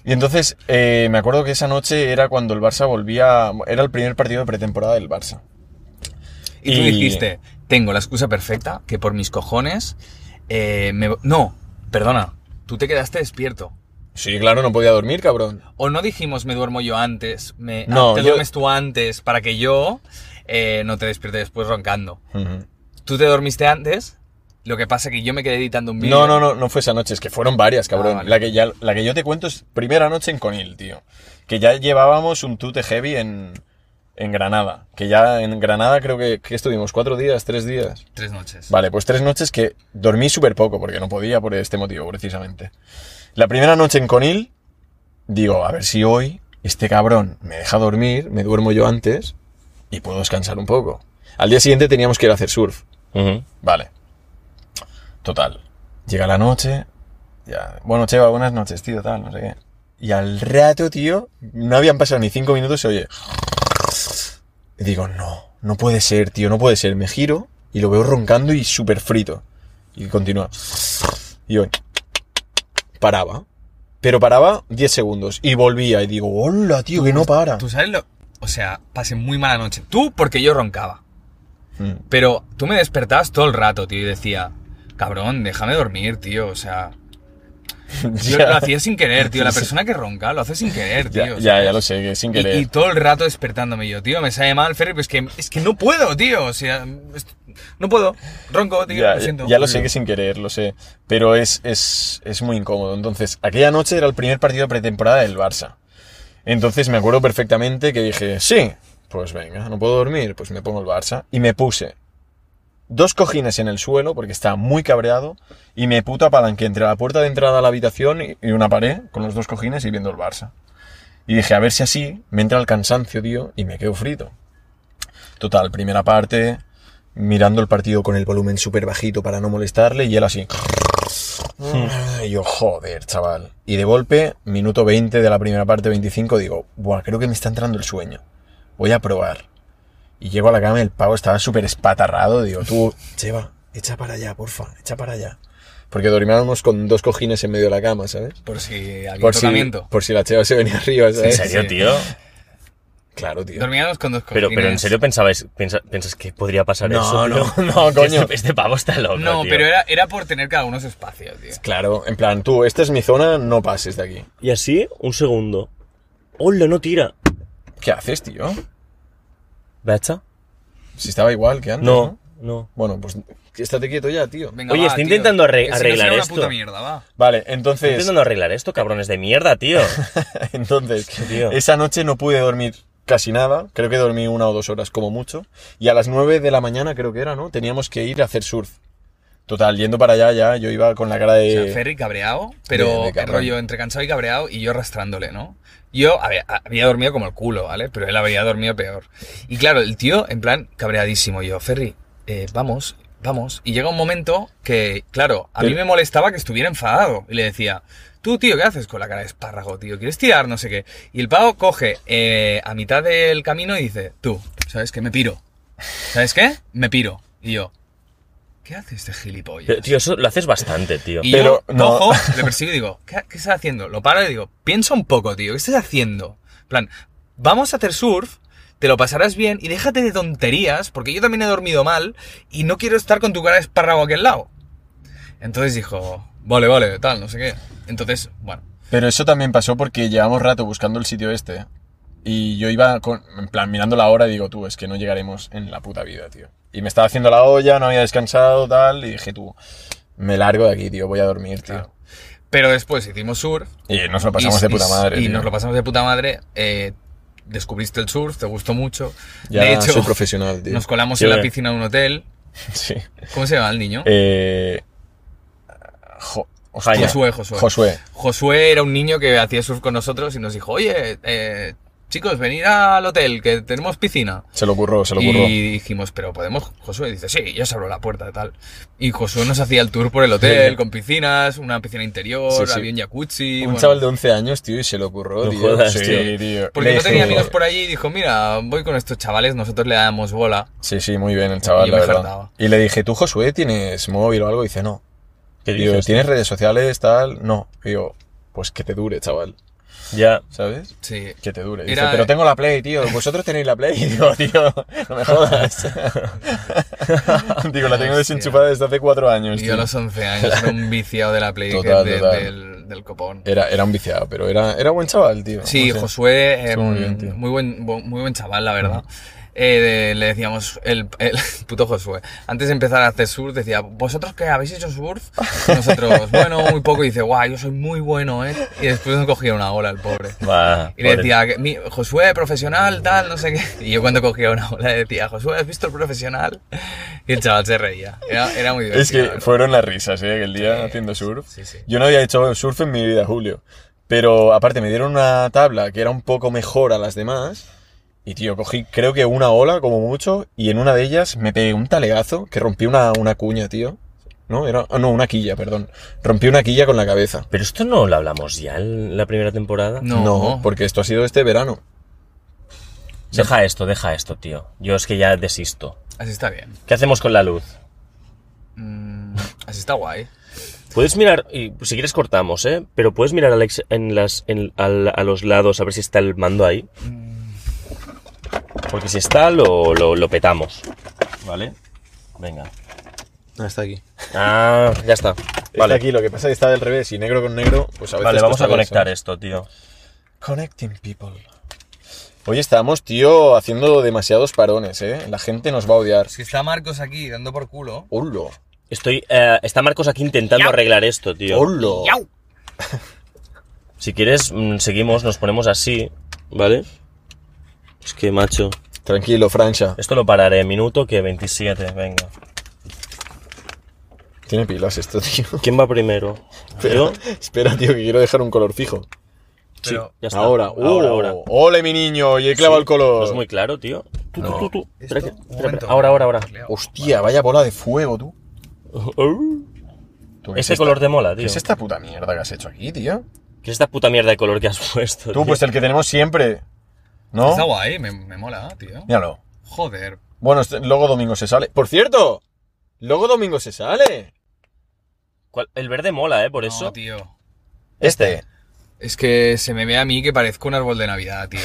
Y entonces, eh, me acuerdo que esa noche era cuando el Barça volvía, era el primer partido de pretemporada del Barça.
Y tú
Y-
dijiste, tengo la excusa perfecta, que por mis cojones eh, me... vo- No, perdona, tú te quedaste despierto.
Sí, claro, no podía dormir, cabrón.
O no dijimos, me duermo yo antes, me, ah,
No,
te
yo-
duermes tú antes, para que yo eh, no te despierte después roncando.
Ujú.
Tú te dormiste antes, lo que pasa que yo me quedé editando un vídeo.
No, no, no, no fue esa noche, es que fueron varias, cabrón.
Ah, vale.
la, que ya, la que yo te cuento es primera noche en Conil, tío. Que ya llevábamos un tute heavy en, en Granada. Que ya en Granada creo que, que estuvimos cuatro días, tres días.
Tres noches.
Vale, pues tres noches que dormí súper poco, porque no podía por este motivo, precisamente. La primera noche en Conil, digo, a ver si hoy este cabrón me deja dormir, me duermo yo antes y puedo descansar un poco. Al día siguiente teníamos que ir a hacer surf.
Ujú.
Vale. Total. Llega la noche. Ya. Bueno, Cheva, buenas noches, tío, tal, no sé qué. Y al rato, tío, no habían pasado ni cinco minutos, se oye. Y digo, no, no puede ser, tío, no puede ser. Me giro y lo veo roncando y súper frito. Y continúa. Y yo, paraba. Pero paraba 10 segundos. Y volvía y digo, hola, tío, que no para.
Tú sabes lo... O sea, pasé muy mala noche. Tú porque yo roncaba.
Mm.
Pero tú me despertabas todo el rato, tío, y decía, cabrón, déjame dormir, tío, o sea... Yo
Ya.
lo hacía sin querer, tío. La persona que ronca lo hace sin querer,
Ya,
tío.
ya,
¿sabes?
ya lo sé, que sin
Y,
querer.
y todo el rato despertándome yo, tío. Me sale mal, Ferry, pero es que, es que no puedo, tío. O sea, es- no puedo. Ronco, tío.
Ya,
lo
ya-
siento.
ya lo sé que sin querer, lo sé. Pero es, es, es muy incómodo. Entonces, aquella noche era el primer partido de pretemporada del Barça. Entonces me acuerdo perfectamente que dije, sí, pues venga, no puedo dormir, pues me pongo el Barça. Y me puse dos cojines en el suelo porque estaba muy cabreado y me puta apalanqué entre la puerta de entrada a la habitación y- y una pared con los dos cojines y viendo el Barça. Y dije, a ver si así me entra el cansancio, tío, y me quedo frito. Total, primera parte, mirando el partido con el volumen súper bajito para no molestarle y él así.
Hmm.
Y yo, joder, chaval. Y de golpe, minuto 20 de la primera parte, 25, digo, buah, creo que me está entrando el sueño. Voy a probar. Y llego a la cama y el pavo estaba súper espatarrado. Digo, tú, Cheva, echa para allá, porfa, echa para allá. Porque dormíamos con dos cojines en medio de la cama, ¿sabes?
Por si había
Por si,
tocamiento.
por si la Cheva se venía arriba,
¿En
¿sabes?
serio,
sí.
tío?
Claro, tío.
Dormíamos con dos
Pero, pero en
cojines.
serio pensabais, pensa- pensas que podría pasar
No,
eso. tío?
no, no, coño.
Este, este pavo está loco.
No,
tío.
pero era, era por tener cada uno su espacio, tío.
Claro, en plan, tú, esta es mi zona, no pases de aquí.
Y así, un segundo. ¡Hola, no tira!
¿Qué haces, tío?
¿Bacha?
Si estaba igual que antes.
No, no.
Bueno, pues estate quieto ya, tío.
Venga,
Oye,
va,
estoy
tío.
intentando arre-
Que si no
arreglar
será una
esto.
puta mierda, va.
Vale,
Estoy
entonces,
intentando arreglar esto, cabrones de mierda, tío.
entonces
tío.
esa noche no pude dormir casi nada. Creo que dormí una o dos horas como mucho. Y a las nueve de la mañana, creo que era, ¿no? Teníamos que ir a hacer surf. Total, yendo para allá ya, yo iba con la cara
O
de...
sea, Ferry cabreado,
de- de
pero el
cabrón.
rollo entre cansado y cabreado y yo arrastrándole, ¿no? Yo había, había dormido como el culo, ¿vale? Pero él había dormido peor. Y claro, el tío, en plan, cabreadísimo. Yo, Ferry, eh, vamos, vamos. Y llega un momento que, claro, a mí
Pero-
me molestaba que estuviera enfadado. Y le decía, tú, tío, ¿qué haces con la cara de espárrago, tío? ¿Quieres tirar? No sé qué. Y el pavo coge eh, a mitad del camino y dice, tú, ¿sabes qué? Me piro. ¿Sabes qué? Me piro. Y yo, ¿qué hace este gilipollas?
Pero, tío, eso lo haces bastante, tío.
Y
Pero
yo
no.
cojo, le persigo y digo, ¿qué, qué estás haciendo? Lo paro y digo, piensa un poco, tío, ¿qué estás haciendo? En plan, vamos a hacer surf, te lo pasarás bien y déjate de tonterías, porque yo también he dormido mal y no quiero estar con tu cara de espárrago aquí al lado. Entonces dijo, vale, vale, tal, no sé qué. Entonces, bueno,
Pero eso también pasó porque llevamos rato buscando el sitio este. Y yo iba, con, en plan, mirando la hora y digo, tú, es que no llegaremos en la puta vida, tío. Y me estaba haciendo la olla, no había descansado, tal, y dije, tú, me largo de aquí, tío, voy a dormir, tío.
Claro. pero después hicimos surf.
Y nos lo pasamos de
y- y-
puta madre.
Y
tío.
nos lo pasamos de puta madre. eh, descubriste el surf, te gustó mucho.
Ya
de hecho,
soy profesional, tío.
nos colamos
Sí,
en la
eh.
piscina de un hotel.
Sí.
¿Cómo se llama el niño?
Eh, jo- hostia.
Josué, Josué.
Josué.
Josué era un niño que hacía surf con nosotros y nos dijo, oye, eh, chicos, venir al hotel, que tenemos piscina.
Se lo curró, se lo curró.
Y dijimos, pero podemos, Josué Y dice, sí, yo se abro la puerta, tal. Y Josué nos hacía el tour por el hotel,
Sí.
con piscinas, una piscina interior,
Sí, sí.
había un jacuzzi.
Un
bueno.
chaval de 11 años, tío, y se lo curró,
No
tío.
jodas,
sí,
tío.
tío.
Porque
Le
yo tenía
dije-
amigos por allí y dijo, mira, voy con estos chavales, nosotros le damos bola.
Sí, sí, muy bien el chaval,
Yo
la
me
verdad.
hartaba.
Y le dije, ¿tú, Josué, tienes móvil o algo? Y dice, no.
¿Qué
Digo,
dices?
¿tienes redes sociales, tal? No. Digo, pues que te dure, chaval.
Ya.
¿Sabes?
Sí.
Que te dure. Dice,
Era-
pero tengo la Play, tío. ¿Vosotros tenéis la Play? Y digo, tío, no me jodas. digo, la tengo
Hostia.
desenchupada desde hace cuatro años,
Y yo a
tío.
los 11 años era un viciado de la Play, que-
Total,
de-
total.
Del, del copón.
Era, era un viciado, pero era, era buen chaval, tío.
Sí,
O sea,
Josué, eh,
estuvo muy bien, tío.
muy, buen, bu- muy buen chaval, la verdad. Eh, le decíamos, el, el puto Josué, antes de empezar a hacer surf, decía, ¿vosotros qué habéis hecho surf? Y Nosotros, bueno, muy poco, y dice, guau, yo soy muy bueno, ¿eh? Y después nos cogía una ola el pobre.
Va,
Y le
pobre.
decía, que mi- Josué, profesional, tal, no sé qué. Y yo cuando cogía una ola le decía, Josué, ¿has visto el profesional? Y el chaval se reía. Era, era muy divertido.
Es que
la verdad.
fueron las risas, ¿eh? Aquel día
Sí,
haciendo surf.
sí, sí.
Yo no había hecho surf en mi vida, Julio. Pero aparte me dieron una tabla que era un poco mejor a las demás. Y tío, cogí creo que una ola como mucho. Y en una de ellas me pegué un talegazo que rompí una, una cuña, tío. ¿No? Era, ah, no, una quilla, perdón. Rompí una quilla con la cabeza.
Pero esto no lo hablamos ya en la primera temporada.
No,
porque esto ha sido este verano.
Deja esto, deja esto, tío. Yo es que ya desisto.
así está bien.
¿Qué hacemos con la luz?
Mm, así está guay.
Puedes mirar, y si quieres cortamos, ¿eh? Pero puedes mirar Alex en las, en- al- a los lados a ver si está el mando ahí. Mm. Porque si está, lo, lo, lo petamos. ¿Vale? Venga.
Hasta aquí.
Ah, ya está.
Vale.
Vale,
aquí, lo que pasa es que está del revés. Y negro con negro, pues a veces
vale vamos
cuesta
a
ver,
conectar eh.
¿sabes?
esto, tío.
Connecting people. Hoy estamos, tío, haciendo demasiados parones, ¿eh? La gente nos va a odiar.
Si está Marcos aquí dando por culo.
¡Holo!
Estoy, eh, está Marcos aquí intentando arreglar esto, tío.
¡Holo!
Si quieres, mm, seguimos, nos ponemos así, ¿vale? Es que, macho.
Tranquilo, Francha.
Esto lo pararé, minuto que 27, venga.
Tiene pilas esto, tío.
¿Quién va primero?
Pero,
¿Yo?
espera, tío, que quiero dejar un color fijo.
Sí,
Pero-
ya está.
Ahora, ¡uh!
ahora, ahora.
¡Ole, mi niño! Y he clavado
Sí,
el color.
No es muy claro, tío. Tú, tú, tú, tú. Espera,
Esto,
espera,
un
espera.
momento.
Ahora, ahora, ahora.
Hostia, vaya bola de fuego, tú. ¿Tú qué es
Este
esta-
color te mola,
¿Qué
tío.
es esta puta mierda que has hecho aquí, tío?
¿Qué es esta puta mierda de color que has puesto?
Tú,
tío?
pues el que tenemos siempre. ¿No?
Está guay, eh, me, me mola, tío.
Míralo.
Joder.
Bueno, este- luego domingo se sale. Por cierto, luego domingo se sale.
¿Cuál? El verde mola, ¿eh? Por eso.
No, tío.
Este.
Es que se me ve a mí que parezco un árbol de Navidad, tío.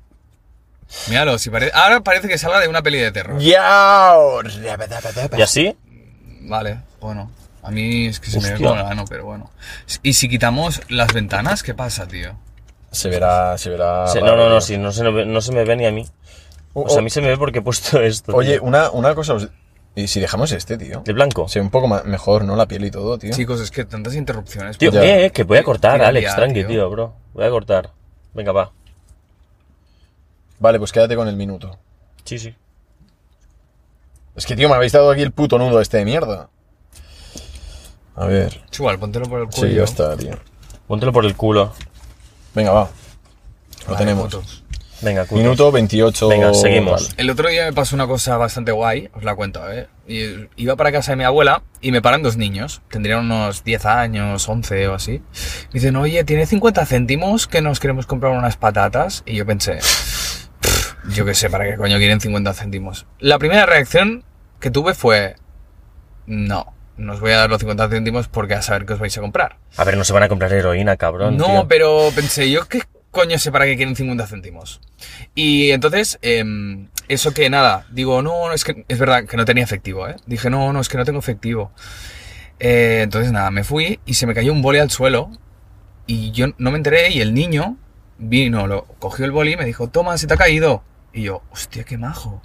Míralo, si parece. Ahora parece que salga de una peli de terror.
¡Yao!
¿Y así?
Vale, bueno. A mí es que se me ve
Hostia.
como el ano, pero bueno. Y si quitamos las ventanas, ¿qué pasa, tío?
Se verá, se verá.
Se- no,
raro,
no, no,
tío.
sí, no se, me- no se me ve ni a mí.
O-
O sea, a
Ah, o-
mí se me ve porque he puesto esto.
oh, Oye,
tío.
una, una cosa. os- ¿Y si dejamos este, tío?
¿De blanco?
Se ve un poco ma- mejor, ¿no? La piel y todo, tío.
Chicos, es que tantas interrupciones.
Tío,
Ya.
eh, eh, que voy a cortar,
Tira
Alex,
ya,
tranqui,
tío.
tío, bro. Voy a cortar. Venga, va.
Vale, pues quédate con el minuto.
Sí, sí.
Es que, tío, me habéis dado aquí el puto nudo este de mierda. A ver.
Chual, pues, póntelo por el culo.
Sí, ya está, tío.
Póntelo por el culo.
Venga, va. Lo
Vale,
tenemos.
putos.
Venga, culo.
Minuto 28.
Venga, seguimos.
Vale.
Pues, El otro día me pasó una cosa bastante guay, os la cuento, ¿eh? Y- Iba para casa de mi abuela y me paran dos niños, tendrían unos 10 años, 11 o así. Me dicen, oye, ¿tiene 50 céntimos que nos queremos comprar unas patatas? Y yo pensé, "Pff, yo qué sé, ¿para qué coño quieren 50 céntimos? La primera reacción que tuve fue, no, no os voy a dar los 50 céntimos porque a saber qué os vais a comprar.
A ver, no se van a comprar heroína, cabrón.
No,
tío.
pero pensé, yo qué coño sé para qué quieren 50 céntimos. Y entonces, em, eso que nada, digo, no, no, es que es verdad que no tenía efectivo, ¿eh? Dije, no, no, es que no tengo efectivo. Eh, entonces, nada, me fui y se me cayó un boli al suelo y yo no me enteré y el niño vino, lo, cogió el boli y me dijo, toma, se te ha caído. Y yo, hostia, qué majo.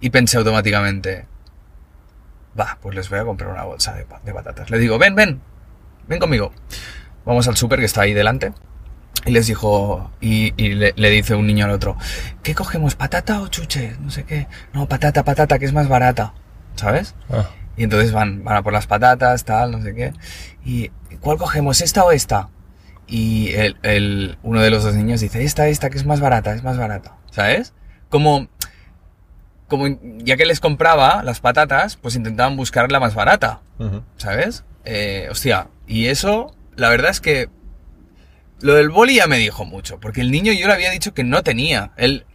Y pensé automáticamente, va, pues les voy a comprar una bolsa de, pa- de patatas. Le digo, ven, ven, ven conmigo. Vamos al súper que está ahí delante. Y les dijo, y, y le, le dice un niño al otro, ¿qué cogemos? ¿Patata o chuche? No sé qué. No, patata, patata, que es más barata. ¿Sabes?
Ah.
Y entonces van, van a por las patatas, tal, no sé qué. ¿Y cuál cogemos? ¿Esta o esta? y el, el- uno de los dos niños dice, esta, esta, que es más barata, es más barata, ¿sabes? Como, como ya que les compraba las patatas, pues intentaban buscar la más barata,
Ujú.
¿sabes? Eh, hostia, y eso, la verdad es que lo del boli ya me dijo mucho, porque el niño yo le había dicho que no tenía, él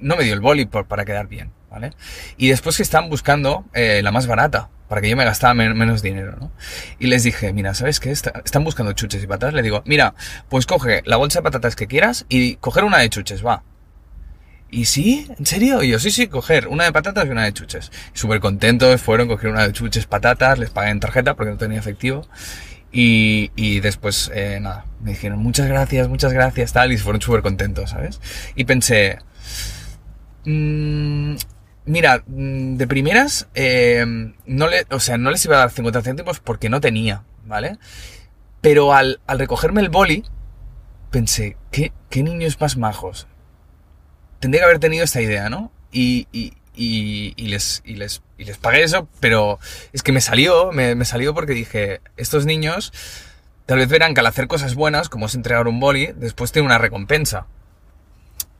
no me dio el boli por- para quedar bien, ¿vale? Y después que están buscando eh, la más barata, para que yo me gastara men- menos dinero, ¿no? Y les dije, mira, ¿sabes qué? Está- están buscando chuches y patatas, le digo, mira, pues coge la bolsa de patatas que quieras y coger una de chuches, va. ¿Y sí? ¿En serio? Y yo, sí, sí, coger una de patatas y una de chuches. Súper contentos, fueron, cogieron una de chuches, patatas, les pagué en tarjeta porque no tenía efectivo. Y, y después, eh, nada, me dijeron muchas gracias, muchas gracias, tal, y fueron súper contentos, ¿sabes? Y pensé, mm, mira, mm, de primeras, eh, no le, o sea, no les iba a dar 50 céntimos porque no tenía, ¿vale? Pero al, al recogerme el boli, pensé, ¿qué, qué niños más majos? tendría que haber tenido esta idea, ¿no? Y, y- y- y les, y, les, y les pagué eso, pero es que me salió, me, me salió porque dije, estos niños tal vez verán que al hacer cosas buenas, como es entregar un boli, después tiene una recompensa.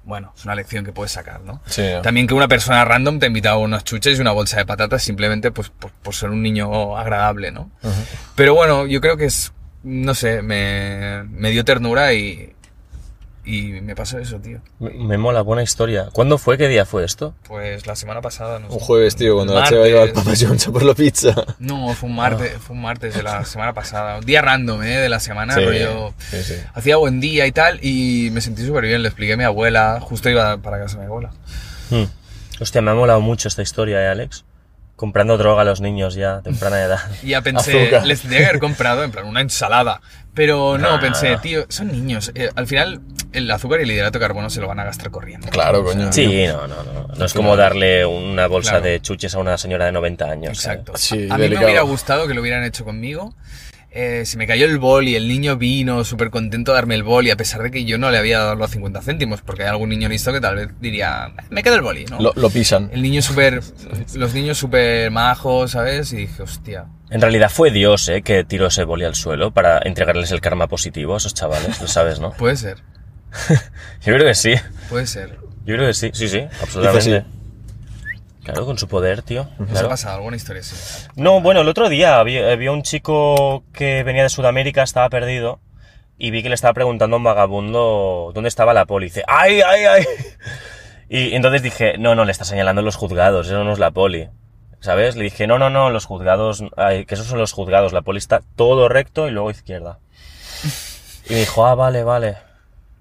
Bueno, es una lección que puedes sacar, ¿no?
Sí, ya.
También que una persona random te invitaba unos chuches y una bolsa de patatas simplemente pues, por, por ser un niño agradable, ¿no?
Ujú.
Pero bueno, yo creo que es, no sé, me, me dio ternura y, y me pasó eso, tío.
Me, me mola, buena historia. ¿Cuándo fue? ¿Qué día fue esto?
Pues la semana pasada, no sé.
Un jueves, tío, cuando la
Martes.
chava iba al Papa John's a por la pizza.
No, fue un
Ah.
martes, fue un martes de la semana pasada. Un día random, ¿eh? De la
Ah,
semana,
Sí,
rollo.
sí, sí.
Hacía buen día y tal, y me sentí súper bien. Le expliqué a mi abuela, justo iba para casa de mi abuela.
Hmm. Hostia, me ha molado mucho esta historia, ¿eh, Alex? Comprando droga a los niños ya, a temprana edad.
Y ya pensé,
Azúcar.
les tendría que haber comprado, en plan, una ensalada. Pero no,
Nah.
pensé, tío, son niños. Eh, al final, el azúcar y el hidrato de carbono se lo van a gastar corriendo.
Claro, coño.
Sí, no, no, no. No es como darle una bolsa
Claro.
de chuches a una señora de 90 años. eh. ¿sabes?
Exacto.
Sí,
a a mí me
delicado.
hubiera gustado que lo hubieran hecho conmigo. Eh, se me cayó el boli, el niño vino súper contento de darme el boli, a pesar de que yo no le había dado los 50 céntimos, porque hay algún niño listo que tal vez diría, me quedo el boli, ¿no?
Lo, lo pisan.
El niño súper, los niños súper majos, ¿sabes? Y dije, hostia.
En realidad fue Dios, ¿eh? Que tiró ese boli al suelo para entregarles el karma positivo a esos chavales, lo sabes, ¿no?
Puede ser,
Yo creo que sí.
puede ser.
Yo creo que sí, sí, sí, absolutamente.
Dice
Claro, con su poder, tío.
¿Nos
claro.
ha pasado alguna historia así?
No, bueno, el otro día había, había un chico que venía de Sudamérica, estaba perdido, y vi que le estaba preguntando a un vagabundo dónde estaba la poli. Y dice, ¡ay, ay, ay! Y entonces dije, no, no, le está señalando los juzgados, eso no es la poli. ¿Sabes? Le dije, no, no, no, los juzgados, ay, que esos son los juzgados, la poli está todo recto y luego izquierda. Y me dijo, ah, vale, vale.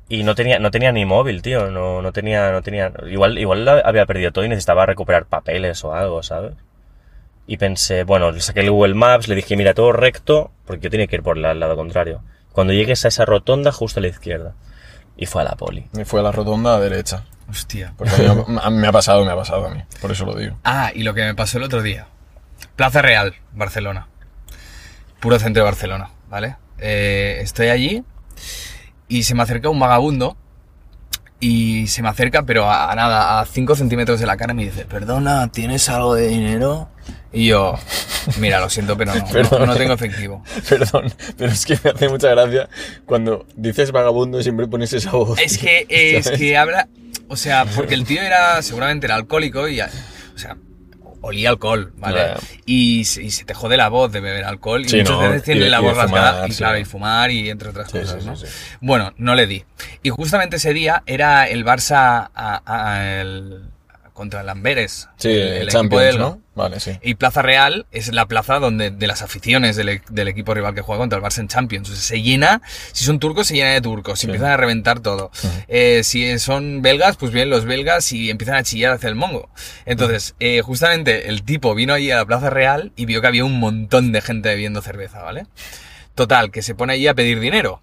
Y no tenía, no tenía ni móvil, tío, no, no tenía, no tenía, igual, igual había perdido todo y necesitaba recuperar papeles o algo, ¿sabes? Y pensé, bueno, le saqué el Google Maps, le dije, mira, todo recto, porque yo tenía que ir por la- el lado contrario. Cuando llegues a esa rotonda, justo a la izquierda. Y fue a la poli.
Me fue a la rotonda a derecha.
Hostia.
Porque a mí me ha- me ha pasado, me ha pasado a mí. Por eso lo digo.
Ah, y lo que me pasó el otro día. Plaza Real, Barcelona. Puro centro de Barcelona, ¿vale? Eh, estoy allí y se me acerca un vagabundo y se me acerca, pero a, a nada, a 5 centímetros de la cara y me dice, perdona, ¿tienes algo de dinero? Y yo, mira, lo siento, pero no, no-
Perdona.
no tengo efectivo.
Perdón, pero es que me hace mucha gracia cuando dices vagabundo siempre pones esa voz.
Es que, es que habla, o sea, porque el tío era, seguramente era alcohólico y, a- o sea, olía alcohol, ¿vale?
Ya.
Y, se, y se te jode la voz de beber alcohol y
Sí,
muchas
¿no?
veces tiene
Y-
la
y
voz
de fumar,
rasgada y
sí.
claro, y fumar y entre otras
Sí, sí,
cosas,
sí,
¿no?
sí.
Bueno, no le di. Y justamente ese día era el Barça a- a- el- contra el Amberes.
Sí, el,
equipo
Champions,
del-
¿no? Vale, sí.
y Plaza Real es la plaza donde de las aficiones del, e- del equipo rival que juega contra el Barça en Champions. O sea, se llena, si son turcos, se llena de turcos, se empiezan a reventar todo. Eh, si son belgas, pues bien, los belgas y empiezan a chillar hacia el mongo. Entonces, eh, justamente el tipo vino allí a la Plaza Real y vio que había un montón de gente bebiendo cerveza, ¿vale? Total, que se pone allí a pedir dinero.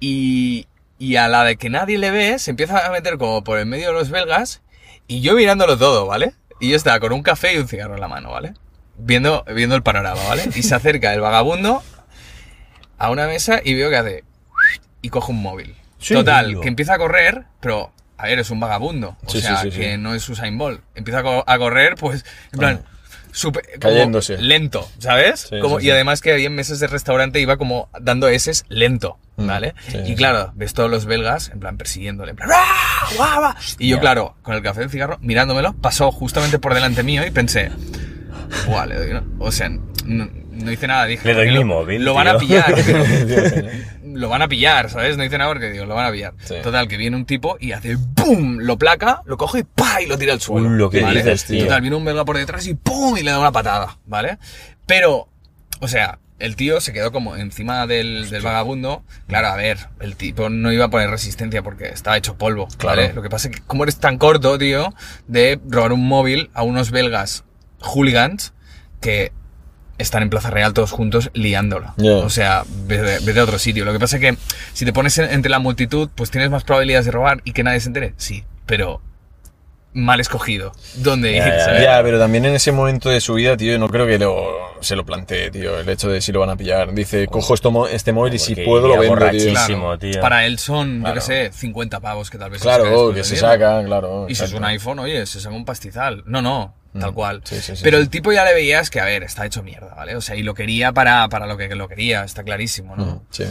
Y, y a la de que nadie le ve, se empieza a meter como por el medio de los belgas y yo mirándolo todo, ¿vale? Y yo estaba con un café y un cigarro en la mano, ¿vale? Viendo, viendo el panorama, ¿vale? Y se acerca el vagabundo a una mesa y veo que hace... Y coge un móvil.
Sí,
Total,
tío.
que empieza a correr, pero... A ver, es un vagabundo. O
Sí, sí,
sea,
sí, sí.
que no es Usain Bolt. Empieza a, co- a correr, pues... En plan... súper- como
Cayéndose.
Lento, ¿sabes?
Sí,
como,
sí,
Y
sí.
además que había en mesas de restaurante iba como dando eses lento,
Mm,
¿vale?
sí,
y
sí,
claro, ves todos los belgas en plan persiguiéndole, en plan ¡Ah! ¡Guau, guau! Y yo,
Hostia.
claro, con el café del cigarro, mirándomelo, pasó justamente por delante mío y pensé, ¡buah! le doy una-". O sea, no, no hice nada, dije.
Le doy
"Porque
mi
lo-
móvil,
Lo van a
tío".
pillar.
Dios mío.
lo van a pillar, ¿sabes? No hice nada porque digo, lo van a pillar.
Sí.
Total, que viene un tipo y hace ¡pum! Lo placa, lo coge y ¡pa! y lo tira al suelo.
lo que
¿vale?
dices, tío.
Total, viene un belga por detrás y ¡pum! y le da una patada, ¿vale? Pero, o sea, el tío se quedó como encima del, del vagabundo. Claro, a ver, el tipo no iba a poner resistencia porque estaba hecho polvo,
Claro.
¿vale? Lo que pasa es que, como eres tan corto, tío, de robar un móvil a unos belgas hooligans que están en Plaza Real todos juntos liándola.
Ya.
O sea, vete, vete a otro sitio. Lo que pasa es que si te pones en- entre la multitud, pues tienes más probabilidades de robar y que nadie se entere. Sí, pero mal escogido. ¿Dónde ir?
Ya, ya,
¿sabes?
Ya, pero también en ese momento de su vida, tío, yo no creo que lo, se lo plantee, tío, el hecho de si lo van a pillar. Dice, cojo esto mo- este móvil y si
Porque
puedo lo
iría
vendo, tío.
borrachísimo. tío.
Para él son,
Claro.
yo qué sé, 50 pavos que tal vez... se
Claro, oh,
saca después
que
de
se
mierda.
saca, claro.
Y si es
exacto.
un iPhone, oye, se saca un pastizal. No, no, tal
Mm,
cual.
sí, sí, sí,
Pero
sí.
el tipo ya le veías que, a ver, está hecho mierda, ¿vale? O sea, y lo quería para, para lo que lo quería, está clarísimo, ¿no?
Mm, sí.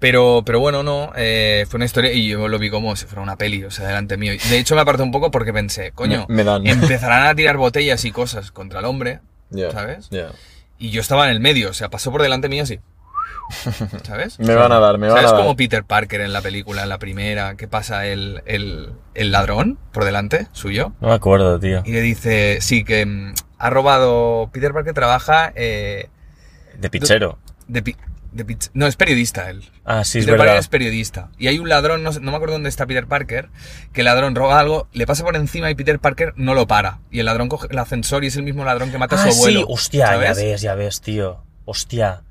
Pero, pero bueno, no, eh, fue una historia y yo lo vi como si fuera una peli, o sea, delante mío. De hecho, me aparté un poco porque pensé, coño,
Me- me dan.
empezarán a tirar botellas y cosas contra el hombre,
Ya,
¿sabes?
ya.
Y yo estaba en el medio, o sea, pasó por delante mío así, ¿sabes?
Me van a dar, me van
¿Sabes
a dar.
como Peter Parker en la película, en la primera, que pasa el, el, el ladrón por delante suyo?
No me acuerdo, tío.
Y le dice, sí, que mm, ha robado, Peter Parker trabaja eh,
De pichero.
de, pi- de pizz- No, es periodista él.
Ah, sí, es
Peter Parker
verdad.
es periodista. Y hay un ladrón, no, sé- no me acuerdo dónde está Peter Parker, que el ladrón roba algo, le pasa por encima y Peter Parker no lo para. Y el ladrón coge el ascensor y es el mismo ladrón que mata a
Ah,
su abuelo.
sí, hostia,
¿sabes?
ya ves, ya ves, tío. Hostia.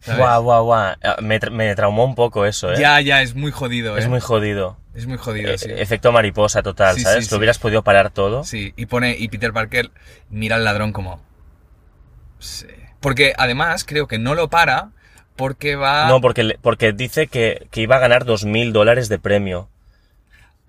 ¿Sabes?
Guau, guau, guau. Ah, Me, tra- me traumó un poco eso, ¿eh?
Ya, ya, es muy jodido,
es
¿eh?
muy jodido.
Es muy jodido,
E-
sí.
Efecto mariposa total,
Sí,
¿sabes?
sí,
Lo
sí.
hubieras podido parar todo.
Sí, y pone, y Peter Parker mira al ladrón como... "Sí". Porque además creo que no lo para porque va...
No, porque, le- porque dice que, que iba a ganar 2.000 dólares de premio.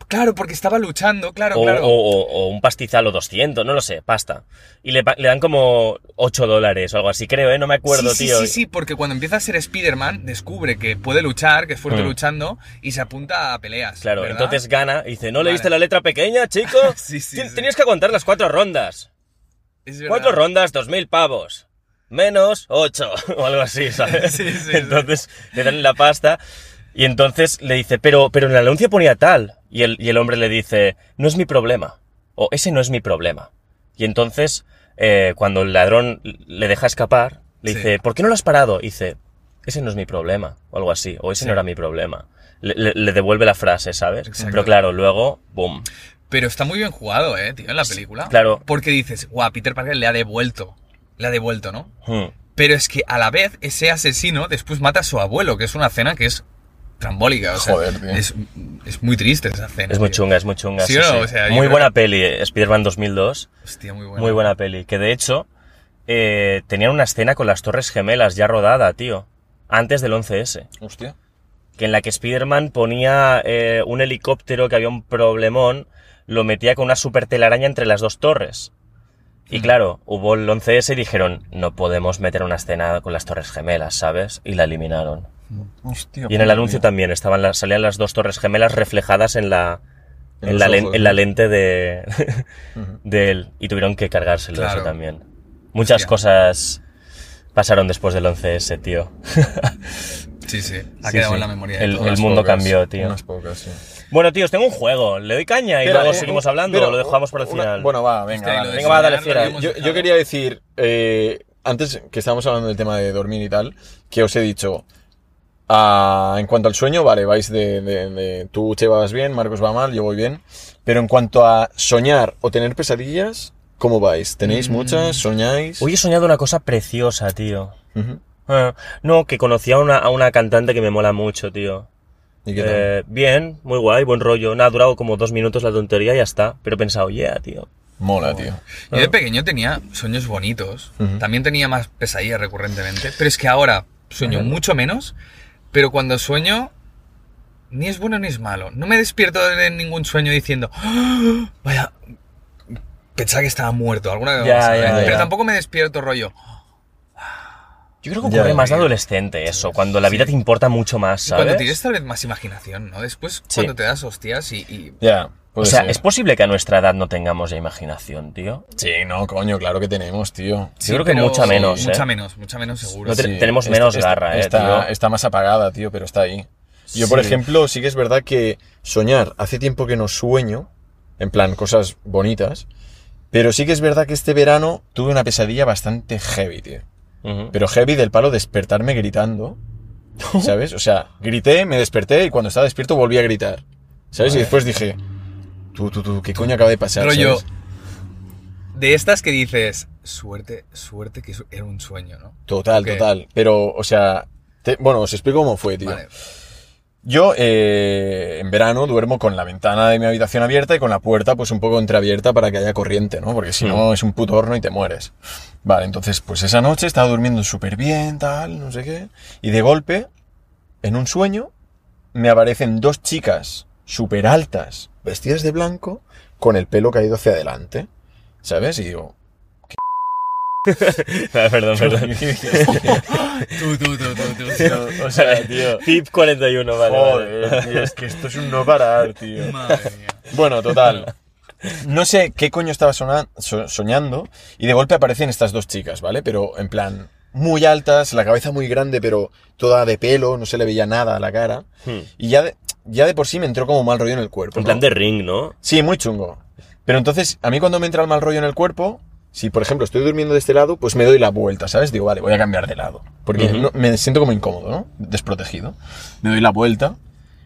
Claro, porque estaba luchando, claro,
o,
claro.
o- o- o un pastizal o 200, no lo sé, pasta. Y le, pa- le dan como 8 dólares o algo así, creo, ¿eh? No me acuerdo,
sí, sí,
tío.
Sí, sí, porque cuando empieza a ser Spider-Man, descubre que puede luchar, que es fuerte
Mm.
luchando, y se apunta a peleas.
Claro,
¿verdad?
entonces gana y dice, ¿no
Vale.
leíste la letra pequeña, chico?
Sí, sí,
Tien-
sí.
Tenías que aguantar las cuatro rondas.
Es verdad.
Cuatro rondas, 2.000 pavos. Menos 8 o algo así, ¿sabes?
Sí, sí, sí.
entonces le dan la pasta y entonces le dice, pero, pero en el anuncio ponía tal. Y el, y el hombre le dice, no es mi problema. O ese no es mi problema. Y entonces, eh, cuando el ladrón le deja escapar, le
Sí.
dice, ¿por qué no lo has parado? Y dice, ese no es mi problema. O algo así. O ese
Sí.
no era mi problema. Le, le- le devuelve la frase, ¿sabes?
Exacto.
Pero claro, luego, boom.
Pero está muy bien jugado, eh, tío, en la película.
claro.
Porque dices, guau, Peter Parker le ha devuelto. Le ha devuelto, ¿no?
Hmm.
Pero es que a la vez, ese asesino después mata a su abuelo, que es una cena que es trambólica. O sea,
Joder, tío.
Es, es muy triste esa cena.
Es muy
tío.
chunga, es muy chunga.
Sí,
sí,
¿no?
sí.
O sea, yo
muy
creo
buena peli, eh, Spider-Man 2002.
Hostia, muy buena.
Muy buena peli. Que de hecho, eh, tenían una escena con las Torres Gemelas ya rodada, tío. Antes del 11S.
Hostia.
Que en la que Spider-Man ponía eh, un helicóptero que había un problemón, lo metía con una super telaraña entre las dos torres. Y
Mm.
claro, hubo el 11S y dijeron, no podemos meter una escena con las Torres Gemelas, ¿sabes? Y la eliminaron.
Hostia.
Y en el anuncio también estaban las, salían las dos Torres Gemelas reflejadas en la,
En
en la,
los
len-
ojos,
en la
¿no?
lente de,
Ujú.
de él y tuvieron que cargárselo
Claro.
eso también. Muchas
Hostia.
cosas pasaron después del 11S, tío.
Sí, sí. Ha
Sí,
quedado
sí.
en la memoria.
El-
de todos.
Unas
mundo
pocas,
cambió, tío.
Unas pocas, sí.
Bueno, tíos, tengo un juego. Le doy caña y
Espera,
luego
eh,
seguimos
un-
hablando
pero
o lo dejamos para el
una-
final.
Bueno, va, venga,
Hostia, y
dale.
Este, lo de
Venga, va, dale,
cenar lo
fiera.
habíamos
Yo, yo
dejado.
quería decir, eh, antes que estábamos hablando del tema de dormir y tal, que os he dicho, ah, en cuanto al sueño, vale, vais de, de- de- Tú, Che, vas bien, Marcos va mal, yo voy bien. Pero en cuanto a soñar o tener pesadillas, ¿cómo vais? ¿Tenéis
Mm.
muchas? ¿Soñáis?
Hoy he soñado una cosa preciosa, tío.
Ujú.
Ah, no, que conocí a una, a una cantante que me mola mucho, tío.
¿Y qué tal?
Eh, bien, muy guay, buen rollo. Nada, ha durado como dos minutos la tontería y ya está. Pero he pensado, yeah, tío.
Mola, tío.
Yo de pequeño tenía sueños bonitos.
Ujú.
También tenía más pesadillas recurrentemente. Pero es que ahora sueño mucho menos. Pero cuando sueño, ni es bueno ni es malo. No me despierto de ningún sueño diciendo, "Ah, vaya, pensaba que estaba muerto. Alguna vez
Ya,
más,
ya,
¿eh? Pero
ya.
tampoco me despierto rollo.
Yo creo que
Ya,
ocurre
ya.
más de adolescente eso, cuando la vida te importa mucho más,
Y
¿sabes?
cuando tienes tal vez más imaginación, ¿no? Después,
Sí.
cuando te das hostias y. y-
Ya,
O
puede
sea,
ser.
es posible que a nuestra edad no tengamos ya imaginación, tío.
Sí, no, coño, claro que tenemos, tío.
Sí, Yo creo que
pero-
mucha menos,
Mucha
¿eh?
menos, mucha menos seguro.
No te-
sí.
tenemos menos
esta-
garra, eh,
está,
tío.
Está más apagada, tío, pero está ahí. Yo, por
Sí.
ejemplo, sí que es verdad que soñar, hace tiempo que no sueño, en plan, cosas bonitas, pero sí que es verdad que este verano tuve una pesadilla bastante heavy, tío.
Ujú.
Pero heavy del palo despertarme gritando, ¿sabes? O sea, grité, me desperté y cuando estaba despierto volví a gritar, ¿sabes? Y después dije, tú, tú, tú, ¿qué coño acaba de pasar?
rollo.
¿sabes?
De estas que dices, suerte, suerte que su- era un sueño, ¿no?
Total,
Ok.
total. Pero, o sea, te- bueno, os explico cómo fue, tío.
Vale.
Yo eh, en verano duermo con la ventana de mi habitación abierta y con la puerta pues un poco entreabierta para que haya corriente, ¿no? Porque si no es un puto horno y te mueres. Vale, entonces pues esa noche estaba durmiendo súper bien, tal, no sé qué. Y de golpe, en un sueño, me aparecen dos chicas súper altas, vestidas de blanco, con el pelo caído hacia adelante. ¿Sabes? Y digo...
perdón, perdón.
Tú, tú, tú, tú, tú.
o sea, tío...
Tip 41, vale. vale.
Joder, tío, es que esto es un no parar, tío.
Madre mía.
Bueno, total. No sé qué coño estaba sona- so- soñando y de golpe aparecen estas dos chicas, ¿vale? Pero en plan, muy altas, la cabeza muy grande, pero toda de pelo, no se le veía nada a la cara.
Hmm.
Y ya de, ya de por sí me entró como mal rollo en el cuerpo.
En
¿no?
plan de ring, ¿no?
Sí, muy chungo. Pero entonces, a mí cuando me entra el mal rollo en el cuerpo, si por ejemplo estoy durmiendo de este lado, pues me doy la vuelta, ¿sabes? Digo, vale, voy a cambiar de lado. Porque
Ujú.
no- me siento como incómodo, ¿no? Desprotegido. Me doy la vuelta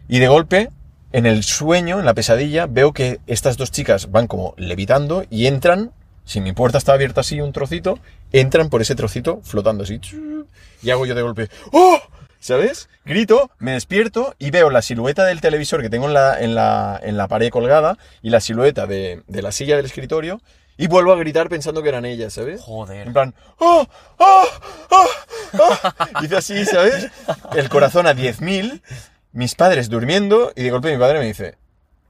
y de golpe, en el sueño, en la pesadilla, veo que estas dos chicas van como levitando y entran, si mi puerta está abierta así un trocito, entran por ese trocito flotando así. chu, Y hago yo de golpe, ¡oh! ¿Sabes? Grito, me despierto y veo la silueta del televisor que tengo en la, en la, en la pared colgada y la silueta de, de la silla del escritorio y vuelvo a gritar pensando que eran ellas, ¿sabes? En
Joder.
plan, ¡oh! ¡oh! ¡oh! ¡oh! Hice así, ¿sabes? El corazón a 10.000, mis padres durmiendo y de golpe mi padre me dice,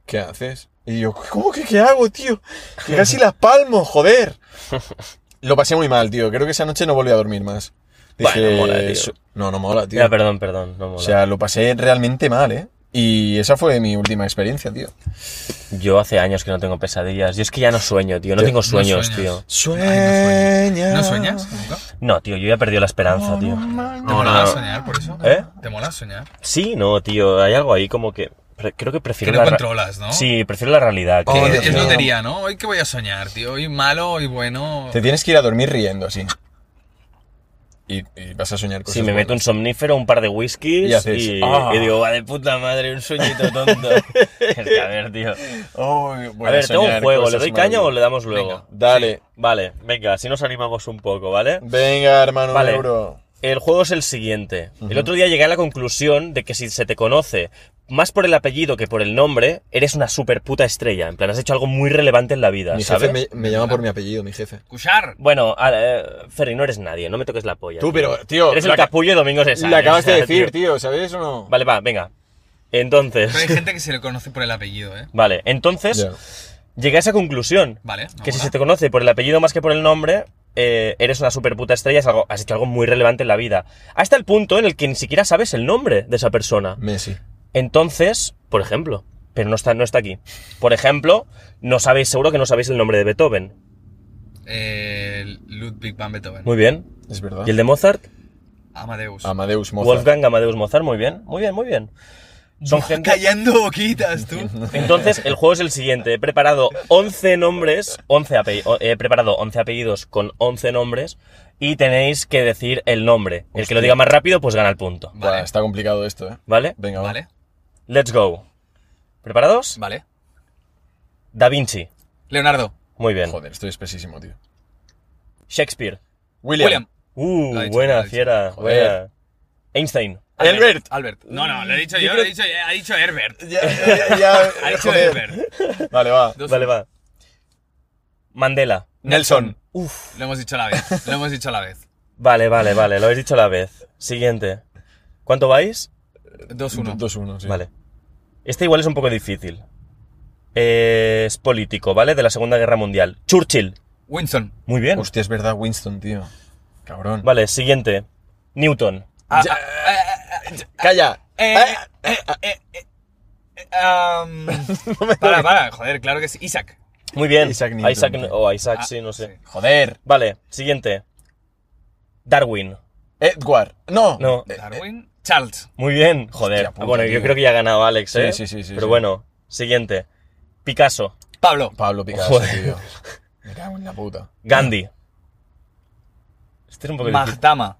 ¿qué haces? Y yo, ¿cómo que qué hago, tío? Que casi la palmo, joder. Lo pasé muy mal, tío. Creo que esa noche no volví a dormir más. Dije,
Bueno, mola, tío.
"Su- No, no mola, tío.
Ya, perdón, perdón. No mola.
O sea, lo pasé realmente mal, ¿eh? Y esa fue mi última experiencia, tío.
Yo hace años que no tengo pesadillas. Yo es que ya no sueño, tío. No
Yo-
tengo
no
sueños,
sueñas.
tío.
Sueña.
¿No sueñas nunca?
No, tío, yo ya he perdido la esperanza, tío.
¿Te
No,
mola
no.
soñar por eso?
¿Eh?
¿Te mola soñar?
Sí, no, tío. Hay algo ahí como que. pre- Creo que
Que
prefiero
no
la. ra-
controlas, ¿no?
Sí, prefiero la realidad.
Que
creo,
Joder,
es
tío.
no te-
lotería, ¿no? Hoy que voy a soñar, tío. Hoy malo, hoy bueno.
Te tienes que ir a dormir riendo, así. Y, y vas a soñar cosas
Sí, me meto un
buenas.
somnífero, un par de whiskies
Y haces,
y,
"Ah".
y digo, va de puta madre, un sueñito tonto. es que, a ver, tío.
Ay, voy
A ver, tengo un
soñar
juego, ¿le
cosas
doy caña o le damos
Venga.
luego?
Dale.
Vale, venga, así nos animamos un poco, ¿vale?
Venga, hermano,
Vale.
un euro.
El juego es el siguiente. El otro día llegué a la conclusión de que si se te conoce más por el apellido que por el nombre, eres una super puta estrella. En plan, has hecho algo muy relevante en la vida,
Mi
¿sabes?
jefe me, me llama por mi apellido, mi jefe.
¡Cuchar!
Bueno, a- eh, Ferri, no eres nadie, no me toques la polla.
Tú, pero, tío,
Eres el
la
eh,
ca-
capullo y Domingo se
Le acabas de decir, tío, ¿sabes o no?
Vale, va, venga. Entonces.
Pero hay gente que se le conoce por el apellido, ¿eh?
Vale, entonces
Ya.
llegué a esa conclusión.
Vale. no
que si
mola.
se te conoce por el apellido más que por el nombre, eh, eres una super puta estrella, es algo, has hecho algo muy relevante en la vida. Hasta el punto en el que ni siquiera sabes el nombre de esa persona.
Messi.
Entonces, por ejemplo, pero no está, no está aquí. Por ejemplo, no sabéis, seguro que no sabéis el nombre de Beethoven.
Eh, Ludwig van Beethoven.
Muy bien.
Es verdad.
¿Y el de Mozart?
Amadeus.
Amadeus Mozart.
Wolfgang Amadeus Mozart, muy bien, muy bien, muy bien. Son gente...
Callando boquitas, tú.
Entonces, el juego es el siguiente. He preparado 11 nombres, 11 ape- o- he preparado 11 apellidos con 11 nombres y tenéis que decir el nombre. El que
Hostia.
lo diga más rápido, pues gana el punto.
Buah,
Vale.
está complicado esto, ¿eh?
¿Vale?
Venga, va.
Vale.
Let's go. ¿Preparados?
Vale.
Da Vinci.
Leonardo.
Muy bien.
Joder, estoy espesísimo, tío.
Shakespeare.
William.
Uh,
Lo ha dicho, lo ha
buena,
dicho.
fiera.
Joder.
buena. Einstein.
Ah, Albert.
Albert. No, no, lo he dicho
Yo
yo,
creo-
lo he dicho, eh, ha dicho Herbert.
Ya, ya, ya, eh,
Ha dicho
joder.
Herbert.
Vale, va.
Dos-
Vale, va. Mandela.
Nelson.
Uf.
Lo hemos dicho a la vez. Lo hemos dicho a la vez.
Vale, vale, vale. Lo habéis dicho a la vez. Siguiente. ¿Cuánto vais?
2-1.
2-1, sí.
Vale. Este igual es un poco difícil. eh, es político, ¿vale? De la Segunda Guerra Mundial. Churchill.
Winston.
Muy bien.
Hostia, es verdad, Winston, tío. Cabrón.
Vale, siguiente. Newton.
Ah,
Ya-
ah, ah, ah,
¡Calla!
eh,
Ah,
eh, eh, eh, eh, um, para, para, joder, claro que sí. Isaac.
Muy bien.
Isaac Newton,
Isaac-
tío.
o Isaac,
Ah,
sí, no sé.
sí.
Joder.
Vale, siguiente. Darwin.
Edward. No.
No.
Eh, eh,
Darwin. Charles.
Muy bien. Joder.
Hostia puta,
bueno, yo
tío.
creo que ya ha ganado Alex,
Sí,
¿eh?
sí, sí, sí,
Pero
sí.
bueno, siguiente. Picasso.
Pablo.
Pablo Picasso,
Joder.
tío. Me cago en la puta.
Gandhi. Este es un poco difícil.
Mahtama.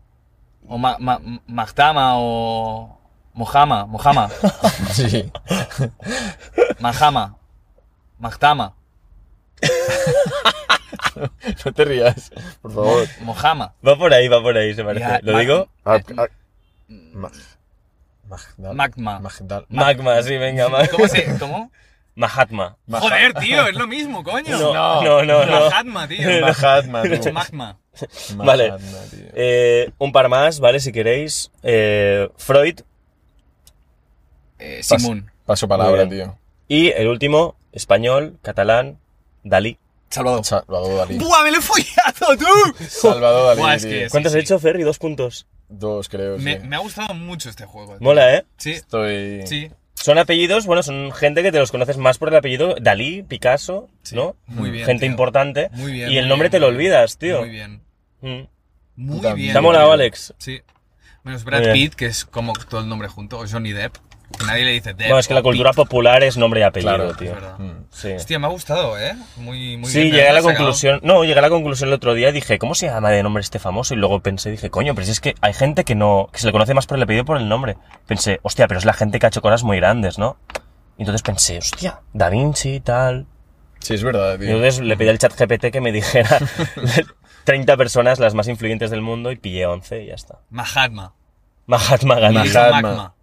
O Ma- Ma- Mahtama o. Mohama, Mohama,
Sí.
Mahama, Mahtama,
No te rías, por favor.
Mohama.
Va por ahí, va por ahí, se parece.
Ya,
¿Lo
ma-
digo? ah.
Magdal.
Magma.
Magdal.
Magma, sí, venga, Magma.
¿Cómo se? ¿Cómo?
Mahatma.
Maja-
Joder, tío, es lo mismo, coño.
No, no, no. no.
Mahatma, tío.
Mahatma, tío.
Magma.
Mahatma,
Vale.
tío.
Eh, un par más, ¿vale? Si queréis. Eh, Freud.
Eh,
Pas-
Simón.
Paso palabra,
Muy bien.
tío.
Y el último, español, catalán, Dalí.
Salvador.
Salvador Dalí.
¡Buah, me lo he follado, tú!
Salvador Dalí.
Buah, es que
tío.
es-
¿Cuántos
sí.
has hecho, Ferry? Dos puntos.
Dos, creo.
Me,
sí.
me ha gustado mucho este juego. tío.
Mola, ¿eh?
Sí,
Estoy.
sí.
Son apellidos, bueno, son gente que te los conoces más por el apellido. Dalí, Picasso,
sí.
¿no?
Muy bien.
gente
tío.
importante.
Muy bien.
y el
muy
nombre
bien,
te lo
muy bien.
olvidas, tío.
Muy bien.
Mm.
Muy
Puta
bien.
Te ha molado,
tío.
Alex.
Sí. Menos
Muy
Brad
bien.
Pitt, que es como todo el nombre junto, o Johnny Depp. que Nadie le dice Depp.
Bueno, es que
o
la cultura popular es nombre y apellido,
Claro,
Pitt, es
tío.
verdad.
Mm.
Sí.
Hostia, me ha gustado, ¿eh? Muy, muy
sí,
bien,
llegué a la
has sacado.
conclusión. No, llegué a la conclusión el otro día y dije, ¿cómo se llama de nombre este famoso? Y luego pensé, dije, coño, pero si es que hay gente que no. que se le conoce más por el apellido que por el nombre. Pensé, hostia, pero es la gente que ha hecho cosas muy grandes, ¿no? Y entonces pensé, hostia, Da Vinci y tal.
Sí, es verdad,
Y
tío.
entonces le pedí al chat GPT que me dijera 30 personas las más influyentes del mundo y pillé 11 y ya está.
Mahatma.
Mahatma Gandhi.
Y dijo
Mahatma.
Magma.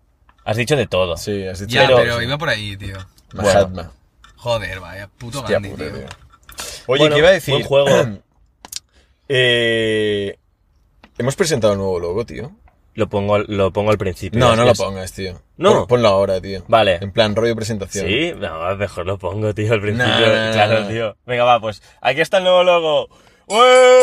Has dicho de todo.
Sí, has dicho.
Ya,
Pero-
pero, iba por ahí, tío.
Mahatma.
Joder, vaya puto
Hostia
Gandhi,
puta,
tío.
tío. Oye,
Bueno,
¿qué iba a decir?
buen juego.
eh, Hemos presentado el nuevo logo, tío.
Lo pongo, al- lo pongo al principio.
No, no lo
gracias.
pongas, tío.
No.
Pon- Ponlo ahora, tío.
Vale.
En plan, rollo presentación.
Sí, no, mejor lo pongo, tío, al principio.
no, no,
claro,
no.
tío. Venga, va, pues aquí está el nuevo logo. ¡Ué!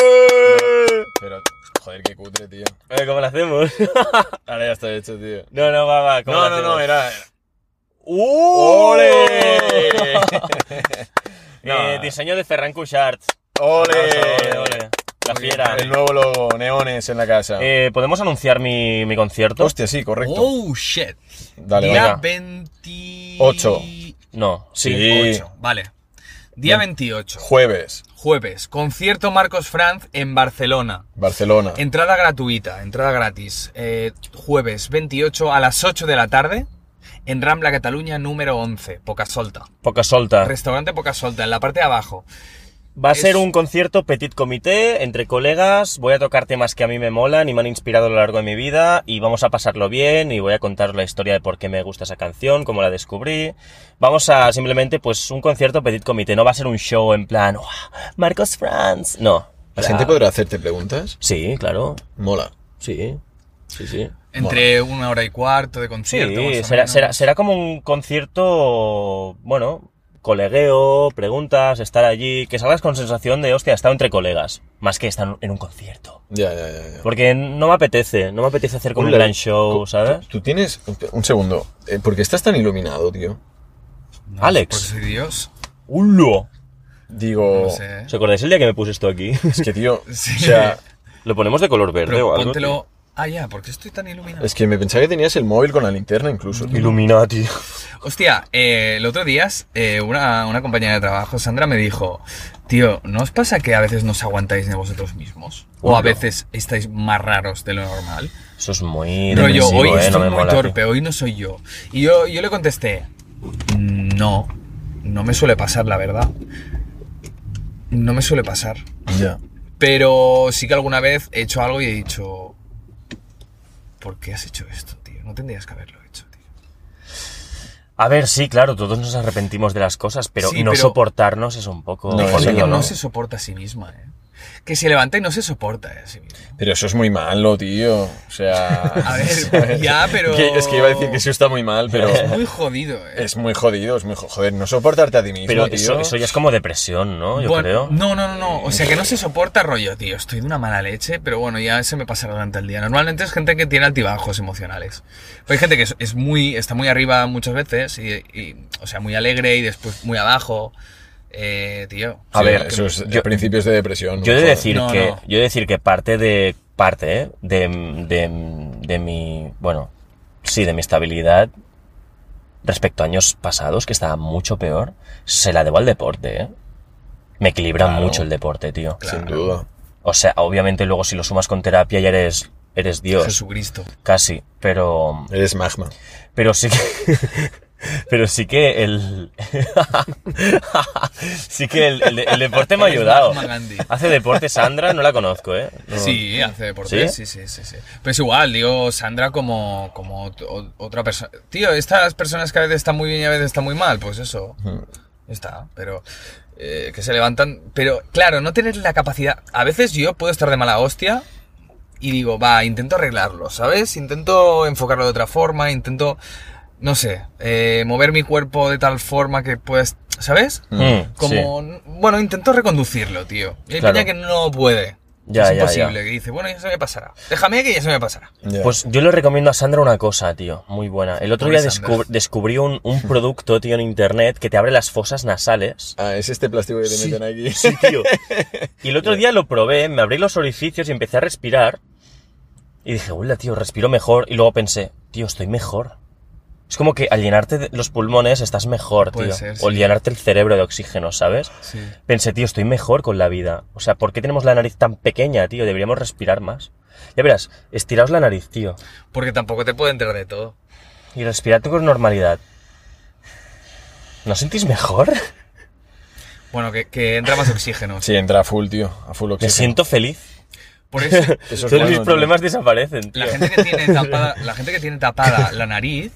Pero, joder, qué cutre, tío.
A ver, ¿cómo lo hacemos?
Ahora ya está hecho, tío.
No, no, va, va. ¿cómo lo hacemos?
era.
¡Ole!
¡Ole!
Eh,
No.
diseño de Ferran Cushart. Ole, ole. La
Muy bien,
fiera.
El nuevo logo, neones en la casa.
Eh, ¿Podemos anunciar mi, mi concierto?
Hostia, sí, correcto.
Oh, shit.
Dale,
Día
venga.
28.
Ocho.
No, sí.
Sí.
Vale. Día 28,
Jueves,
jueves, concierto Marcos Franz en Barcelona.
Barcelona.
Entrada gratuita, entrada gratis. Eh, jueves 28 a las 8 de la tarde en Rambla Cataluña número 11, Poca Solta.
Poca solta.
Restaurante Poca Solta, en la parte de abajo.
Va a
Es-
ser un concierto petit comité, entre colegas, voy a tocar temas que a mí me molan y me han inspirado a lo largo de mi vida y vamos a pasarlo bien y voy a contar la historia de por qué me gusta esa canción, cómo la descubrí. Vamos a simplemente pues un concierto petit comité, no va a ser un show en plan "Uah, Marcos Franz, no.
¿La
O sea,
gente podrá hacerte preguntas?
Sí, claro,
Mola.
sí, sí, sí.
Entre una hora y cuarto de
Sí,
concierto. más o
será,
menos.
será, será como un concierto, bueno, colegueo, preguntas, estar allí, que salgas con sensación de, hostia, he estado entre colegas, más que estar en un concierto.
Ya, ya, ya. ya.
Porque no me apetece, no me apetece hacer como un
Hola.
gran show, ¿sabes?
Tú tienes. Un segundo. Eh, ¿Por qué estás tan iluminado, tío?
No,
Alex. Oh,
Porque soy Dios.
¡Hulo!
Digo.
No sé.
¿Os acordáis el día que me puse esto aquí?
Es que, tío.
Sí.
O sea,
Lo ponemos de color verde
Pero
o algo.
póntelo. Ah, ya, ¿por qué estoy tan iluminado?
es que me pensaba que tenías el móvil con la linterna incluso.
tío.
tío.
Illuminati.
Hostia, eh, el otro día eh, una, una compañera de trabajo, Sandra, me dijo: Tío, ¿no os pasa que a veces no os aguantáis ni a vosotros mismos? O a
Hola.
veces estáis más raros de lo normal.
Eso es muy.
Pero yo,
depresivo,
hoy
¿eh? No
estoy
me
muy
mola, tío.
torpe, hoy no soy yo. Y yo, yo le contesté, no, no me suele pasar, la verdad. No me suele pasar.
Ya.
Pero sí que alguna vez he hecho algo y he dicho, ¿por qué has hecho esto, tío? No tendrías que haberlo hecho, tío.
A ver, sí, claro, todos nos arrepentimos de las cosas, pero
Sí,
no
pero-
soportarnos es un poco.
No,
Hay
eso
gente
jodido,
que
no.
no se soporta a sí misma, ¿eh? que se levanta y no se soporta eh, a sí mismo.
Pero eso es muy malo, tío. O sea.
A ver, ya, pero.
que- es que iba a decir que eso está muy mal, pero.
Es muy jodido, eh.
Es muy jodido, es muy jo- joder, no soportarte a ti mismo,
Pero
tío.
eso, eso ya es como depresión, ¿no? Yo
Bueno,
creo.
No, no, no, no. O sea que no se soporta rollo, tío. Estoy de una mala leche, pero bueno, ya se me pasará durante el día. Normalmente es gente que tiene altibajos emocionales. Pero hay gente que es, es muy, está muy arriba muchas veces, y, y, o sea, muy alegre y después muy abajo. Eh, tío.
A
Sí,
ver,
que-
eso es
yo-
principios de depresión.
Yo he de
joder.
decir
No,
que.
no.
Yo he de decir que parte de. Parte, ¿eh? De, de, de mi. Bueno. Sí, de mi estabilidad. Respecto a años pasados, que estaba mucho peor. Se la debo al deporte, ¿eh? Me equilibra
Claro.
mucho el deporte, tío.
Sin
Claro.
duda.
O sea, obviamente luego si lo sumas con terapia ya eres. Eres Dios.
Jesucristo.
Casi. Pero.
Eres magma.
Pero sí que. Pero sí que el. sí que el, el- el deporte me ha
Eres
ayudado.
Mahatma Gandhi.
Hace deporte Sandra, no la conozco, ¿eh? No.
Sí, hace deporte.
¿Sí?
¿Sí? sí, sí, sí, Pero es igual, digo, Sandra como, como ot- o- otra persona. Tío, estas personas que a veces están muy bien y a veces están muy mal, pues eso. Ya Está, pero. eh, que se levantan. Pero claro, no tener la capacidad. A veces yo puedo estar de mala hostia y digo, va, intento arreglarlo, ¿sabes? Intento enfocarlo de otra forma, intento. No sé, eh, mover mi cuerpo de tal forma que puedas. ¿Sabes?
Mm,
Como, bueno, intento reconducirlo, tío. Y hay
Claro.
peña que no puede.
Ya,
es
ya,
imposible.
ya.
Que dice, bueno, ya se me pasará. Déjame que ya se me pasará.
Ya.
Pues yo le recomiendo a Sandra una cosa, tío, muy buena. El otro
Pobre
día
Sandra.
descub- descubrí un, un producto, tío, en internet que te abre las fosas nasales.
Ah, es este plástico que te
Sí.
meten aquí.
Sí, tío. Y el otro día lo probé, me abrí los orificios y empecé a respirar. Y dije, hola, tío, respiro mejor. Y luego pensé, tío, estoy mejor. Es como que al llenarte de- los pulmones estás mejor,
Puede
tío.
ser,
O al
sí.
llenarte el cerebro de oxígeno, ¿sabes?
Sí.
Pensé, tío, estoy mejor con la vida. O sea, ¿por qué tenemos la nariz tan pequeña, tío? Deberíamos respirar más. Ya verás, estiraos la nariz, tío.
Porque tampoco te puede entrar de todo.
Y respirad con normalidad. ¿No sentís mejor?
Bueno, que, que entra más oxígeno.
Sí, entra a full, tío. A full
Me
oxígeno.
siento feliz.
Por eso,
Eso es
Todos
bueno,
mis
tío.
problemas desaparecen, tío.
la gente que tiene tapada la, gente que tiene tapada la nariz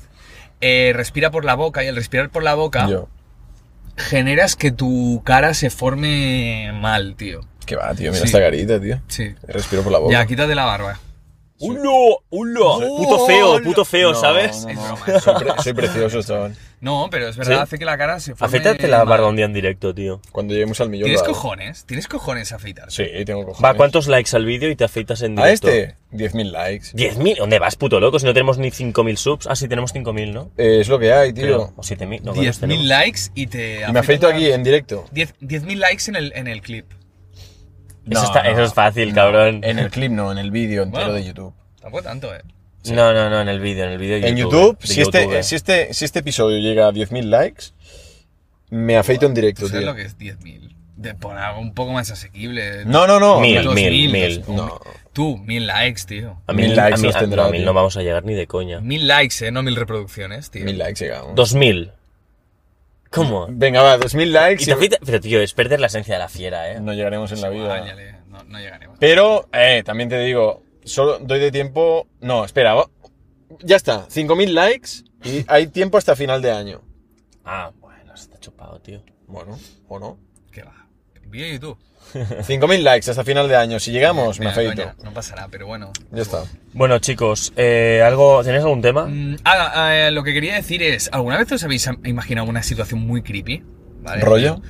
eh, respira por la boca y al respirar por la boca
Yo.
generas que tu cara se forme mal, tío.
Qué va, tío. Mira
Sí.
esta carita, tío.
Sí.
Respiro por la
Oh.
boca.
Ya, quítate la barba.
¡Ulo! ¡Ulo!
¡Oh,
Puto feo, puto feo,
No,
¿sabes?
no,
Es
no.
broma.
Soy, pre- soy precioso, chaval.
No, pero es verdad,
Sí.
hace que la cara se forme
Afeítate la
mal.
barba un día en directo, tío.
Cuando lleguemos al millón.
¿Tienes
lo hago.
cojones? ¿Tienes cojones a afeitar?
Sí, tengo cojones.
Va, ¿cuántos likes al vídeo y te afeitas en
A
directo?
este, 10.000 likes.
¿10.000? ¿Dónde vas, puto loco? Si no tenemos ni 5.000 subs. Ah, sí, tenemos 5.000, ¿no?
Eh, es lo que hay,
Creo.
tío.
O 7.000. No, ¿cuántos
10.000
tenemos?
likes y te
Y me afeito
afeitas la-
aquí eh. en directo.
10 10.000 likes en el, en el clip.
Eso,
No,
está- este
no. eh,
eso es fácil, cabrón.
En el clip no, en el vídeo entero
Bueno.
de YouTube.
Tampoco tanto, ¿eh?
No, no, no, en el vídeo, en el vídeo de
En
YouTube.
YouTube,
de
si, este,
YouTube. eh.
si, este, si este episodio llega a 10.000 likes, me afeito en
¿Tú
directo,
sabes
tío.
lo que es 10.000? De por algo un poco más asequible.
No, no, no.
Mil,
Dos
mil,
mil,
mil.
dos-
No.
Tú, 1.000 likes, tío.
A mí,
Mil likes
a mí-
los
a-
tendrá,
no, a mil
tío.
no vamos a llegar ni de coña.
1.000 likes, ¿eh? No 1.000 reproducciones, tío.
1000 likes llegamos.
2.000. ¿Cómo?
Venga, va, 2.000
Y
likes.
te
y-
afeita- Pero, tío, es perder la esencia de la fiera, ¿eh?
No llegaremos en la vida.
Váyale, no, no llegaremos.
Pero, eh, también te digo, solo doy de tiempo. No, espera, va- ya está. 5.000 likes y hay tiempo hasta final de año.
Ah, bueno, está chupado, tío.
Bueno, o no.
¿Qué va? Vídeo de YouTube.
5.000 likes hasta final de año. Si llegamos, me
Mira,
afeito.
coña, no pasará, pero bueno.
Ya está.
Bueno, chicos, eh, ¿algo, ¿tenéis algún tema?
Mm, ah, eh, lo que quería decir es, ¿alguna vez os habéis am- imaginado una situación muy creepy? ¿Vale?
¿Rollo?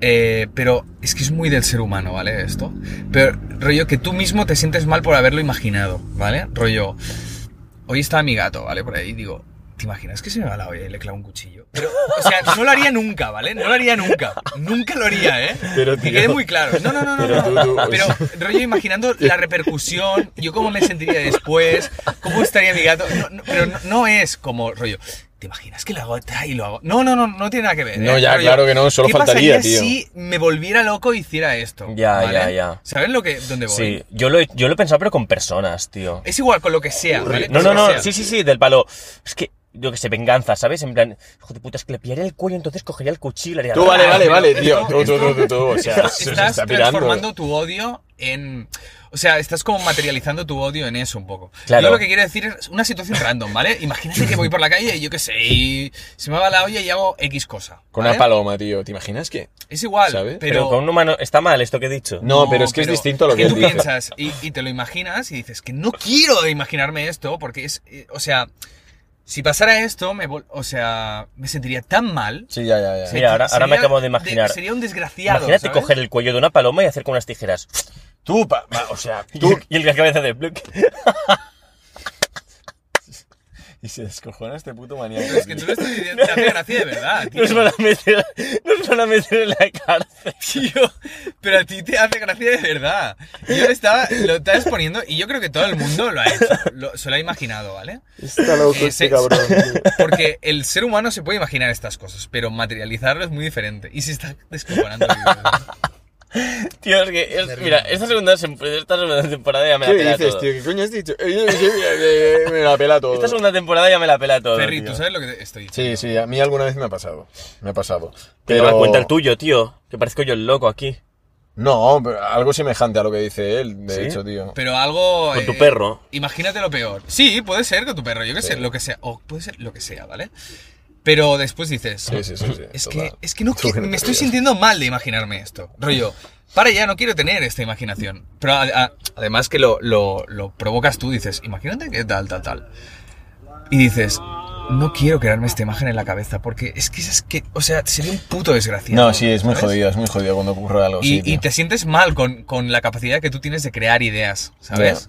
Eh, pero es que es muy del ser humano, ¿vale? Esto. Pero rollo que tú mismo te sientes mal por haberlo imaginado, ¿vale? Rollo. Hoy estaba mi gato, ¿vale? Por ahí digo, ¿te imaginas que se me va la olla y le clavo un cuchillo? Pero, o sea, no lo haría nunca, ¿vale? No lo haría nunca. Nunca lo haría, ¿eh?
Pero,
que
tío.
quede muy claro. No, no, no, no.
Pero tú,
no.
tú, o
Pero
sea.
rollo imaginando la repercusión, yo cómo me sentiría después, cómo estaría mi gato. No, no, pero no, no es como rollo. ¿Te imaginas que lo hago y lo hago? No, no, no, no tiene nada que ver.
No,
¿eh?
ya,
Rollo,
claro que no, solo
¿qué
faltaría,
pasaría
tío?
si me volviera loco e hiciera esto?
Ya, ya, ya.
¿Saben lo que, dónde voy? Eh,
Sí, yo lo, he, yo lo he pensado, pero con personas, tío.
Es igual con lo que sea, ¿vale?
No,
Con lo
no,
que
no,
sea.
sí, sí, sí, del palo. Es que yo que sé, venganza, ¿sabes? En plan, hijo de puta, es que le pillaría el cuello, entonces cogería el cuchillo. le haría-
Tú, vale, vale, vale,
esto-
Ah, tío. Tú, tú, tú, tú, tú, O sea, se, se
estás
está pirando.
transformando tu odio en. O sea, estás como materializando tu odio en eso un poco.
Claro.
Yo lo que quiero decir es una situación random, ¿vale? Imagínate que voy por la calle y yo qué sé, y se me va la olla y hago X cosa.
Con
¿vale?
una paloma, tío. ¿Te imaginas que?
Es igual,
¿Sabes?
Pero,
pero.
con un humano está mal esto que he dicho.
No, pero es que es distinto a lo que,
tú
él dice.
piensas y, y te lo imaginas y dices que no quiero imaginarme esto porque es. eh, o sea, si pasara esto, me, vol- o sea, me sentiría tan mal.
Sí, ya, ya, ya.
Mira, ahora- ahora me acabo de imaginar.
sería un desgraciado.
Imagínate
¿sabes?
coger el cuello de una paloma y hacer con unas tijeras.
Tú, pa- pa- o sea,
Y,
tú.
y el cabeza de Blink.
y se descojona este puto maníaco.
Es que tú le estás diciendo te hace gracia de verdad, tío.
Nos van a meter, nos van a meter en la cárcel.
Tío, pero a ti te hace gracia de verdad. Yo le estaba, lo estaba exponiendo y yo creo que todo el mundo lo ha hecho, lo- se lo ha imaginado, ¿vale?
Está loco este
Eh, se- Porque el ser humano se puede imaginar estas cosas, pero materializarlo es muy diferente. Y se está descojonando. tío.
Tío, es que, es- mira, esta segunda, sem- esta segunda temporada ya me la
¿Qué
pela
dices,
todo.
tío? ¿Qué coño has dicho? Eh, Me la pela todo.
Esta segunda temporada ya me la pela todo.
Ferry,
tío.
¿tú sabes lo que te- estoy diciendo?
Sí, sí, a mí alguna vez me ha pasado. Me ha pasado.
Que
Pero...
toma en cuenta el tuyo, tío. Que parezco yo el loco aquí.
No, pero algo semejante a lo que dice él, de
¿Sí?
hecho, tío.
Pero algo...
Con tu
eh,
perro.
Imagínate lo peor. Sí, puede ser con tu perro, yo qué sé,
Sí.
lo que sea. O puede ser lo que sea, ¿ale? Pero después dices...
Sí, sí, sí. sí,
Es
total.
que, es que no
Tú
qui-
que no
me
te
estoy
rías.
sintiendo mal de imaginarme esto. Rollo, para ya, no quiero tener esta imaginación. Pero a- a- además que lo, lo- lo provocas tú, dices, imagínate que tal, tal, tal. Y dices, no quiero crearme esta imagen en la cabeza porque es que es que, o sea, sería un puto desgraciado.
No, sí, es muy
¿sabes?
jodido, es muy jodido cuando ocurre algo
Y,
así.
y
tío.
te sientes mal con, con la capacidad que tú tienes de crear ideas, ¿sabes?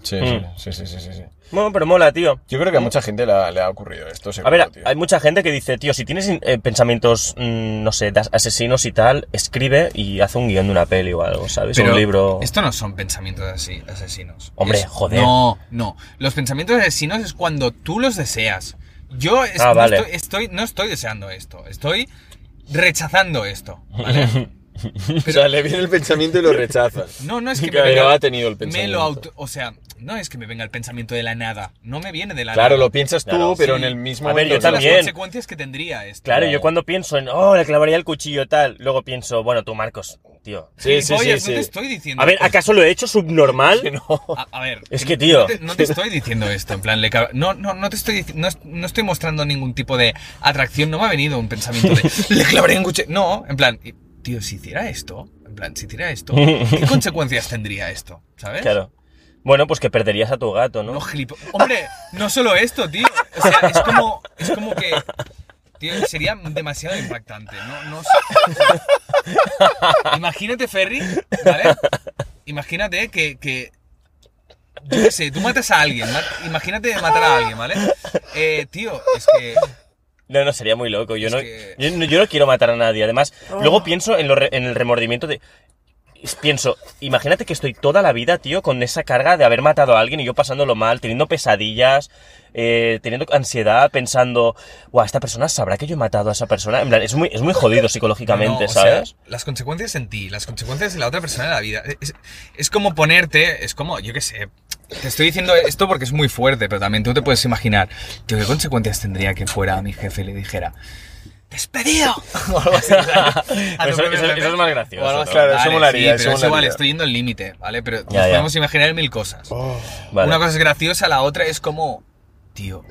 Ya, Ah, Sí,
Mm.
sí, sí, sí, sí, sí.
Bueno, pero mola, tío.
Yo creo que a mucha gente le ha, le ha ocurrido esto, seguro,
A ver,
tío.
hay mucha gente que dice, tío, si tienes eh, pensamientos, mm, no sé, das- asesinos y tal, escribe y haz un guión de una peli o algo, ¿sabes? O
Pero
un libro.
Esto no son pensamientos así, asesinos.
Hombre,
Es-
joder.
No, no. Los pensamientos asesinos es cuando tú los deseas. Yo es-
Ah,
no,
vale.
estoy, estoy- no estoy deseando esto. Estoy rechazando esto. ¿vale?
o sea, le viene el pensamiento y lo rechaza.
No, no es que me
Pero
venga-
ha tenido el
me lo
pensamiento.
auto- o sea, no es que me venga el pensamiento de la nada. No me viene de la
Claro,
nada.
lo piensas tú,
Claro,
pero
sí.
en el mismo
A ver, yo
momento,
Son
claro.
también.
Las consecuencias que tendría esto.
Claro,
Claro.
yo cuando pienso en, oh, le clavaría el cuchillo tal, luego pienso, bueno, tú, Marcos, tío.
Sí, sí, sí,
Gilipollas,
sí.
no te estoy diciendo.
A ver, ¿acaso lo he hecho subnormal?
A, a ver.
Es que, tío.
No te, no te estoy diciendo esto, en plan, le cab- no, no, no te estoy dic- no, es- no estoy mostrando ningún tipo de atracción, no me ha venido un pensamiento de le clavaré un cuchillo. No, en plan, y- tío, si hiciera esto, en plan, si hiciera esto, ¿qué consecuencias tendría esto? ¿Sabes?
Claro. Bueno, pues que perderías a tu gato, ¿no?
No, Oh, gilipo- Hombre, no solo esto, tío. O sea, es como, es como que. Tío, sería demasiado impactante. No, no sé. Imagínate, Ferry, ¿vale? Imagínate que. que yo qué sé, tú matas a alguien. ma- Imagínate matar a alguien, ¿vale? Eh, tío, es que.
No, no, sería muy loco. Yo
Es
no,
que-
yo, no- yo no quiero matar a nadie. Además, luego pienso en, lo re- en el remordimiento de... es- Pienso, imagínate que estoy toda la vida, tío, con esa carga de haber matado a alguien y yo pasándolo mal, teniendo pesadillas, eh, teniendo ansiedad, pensando, guau, esta persona sabrá que yo he matado a esa persona. En plan, es muy, es muy jodido psicológicamente,
No, o sea,
¿sabes?
las consecuencias en ti, las consecuencias en la otra persona de la vida. Es, es como ponerte, es como, yo qué sé. Te estoy diciendo esto porque es muy fuerte, pero también tú te puedes imaginar, tío, ¿qué consecuencias tendría que fuera a mi jefe y le dijera, ¡Despedido! O algo así, ¿sabes? A tu
Eso,
propio
eso-
jefe.
eso es más gracioso.
O algo
¿no?
claro. eso
Vale,
molaría,
sí,
eso
pero eso
molaría.
vale, estoy yendo al límite, ¿vale? Pero nos
Ya, ya.
podemos imaginar mil cosas.
Vale.
Una cosa es graciosa, la otra es como, tío,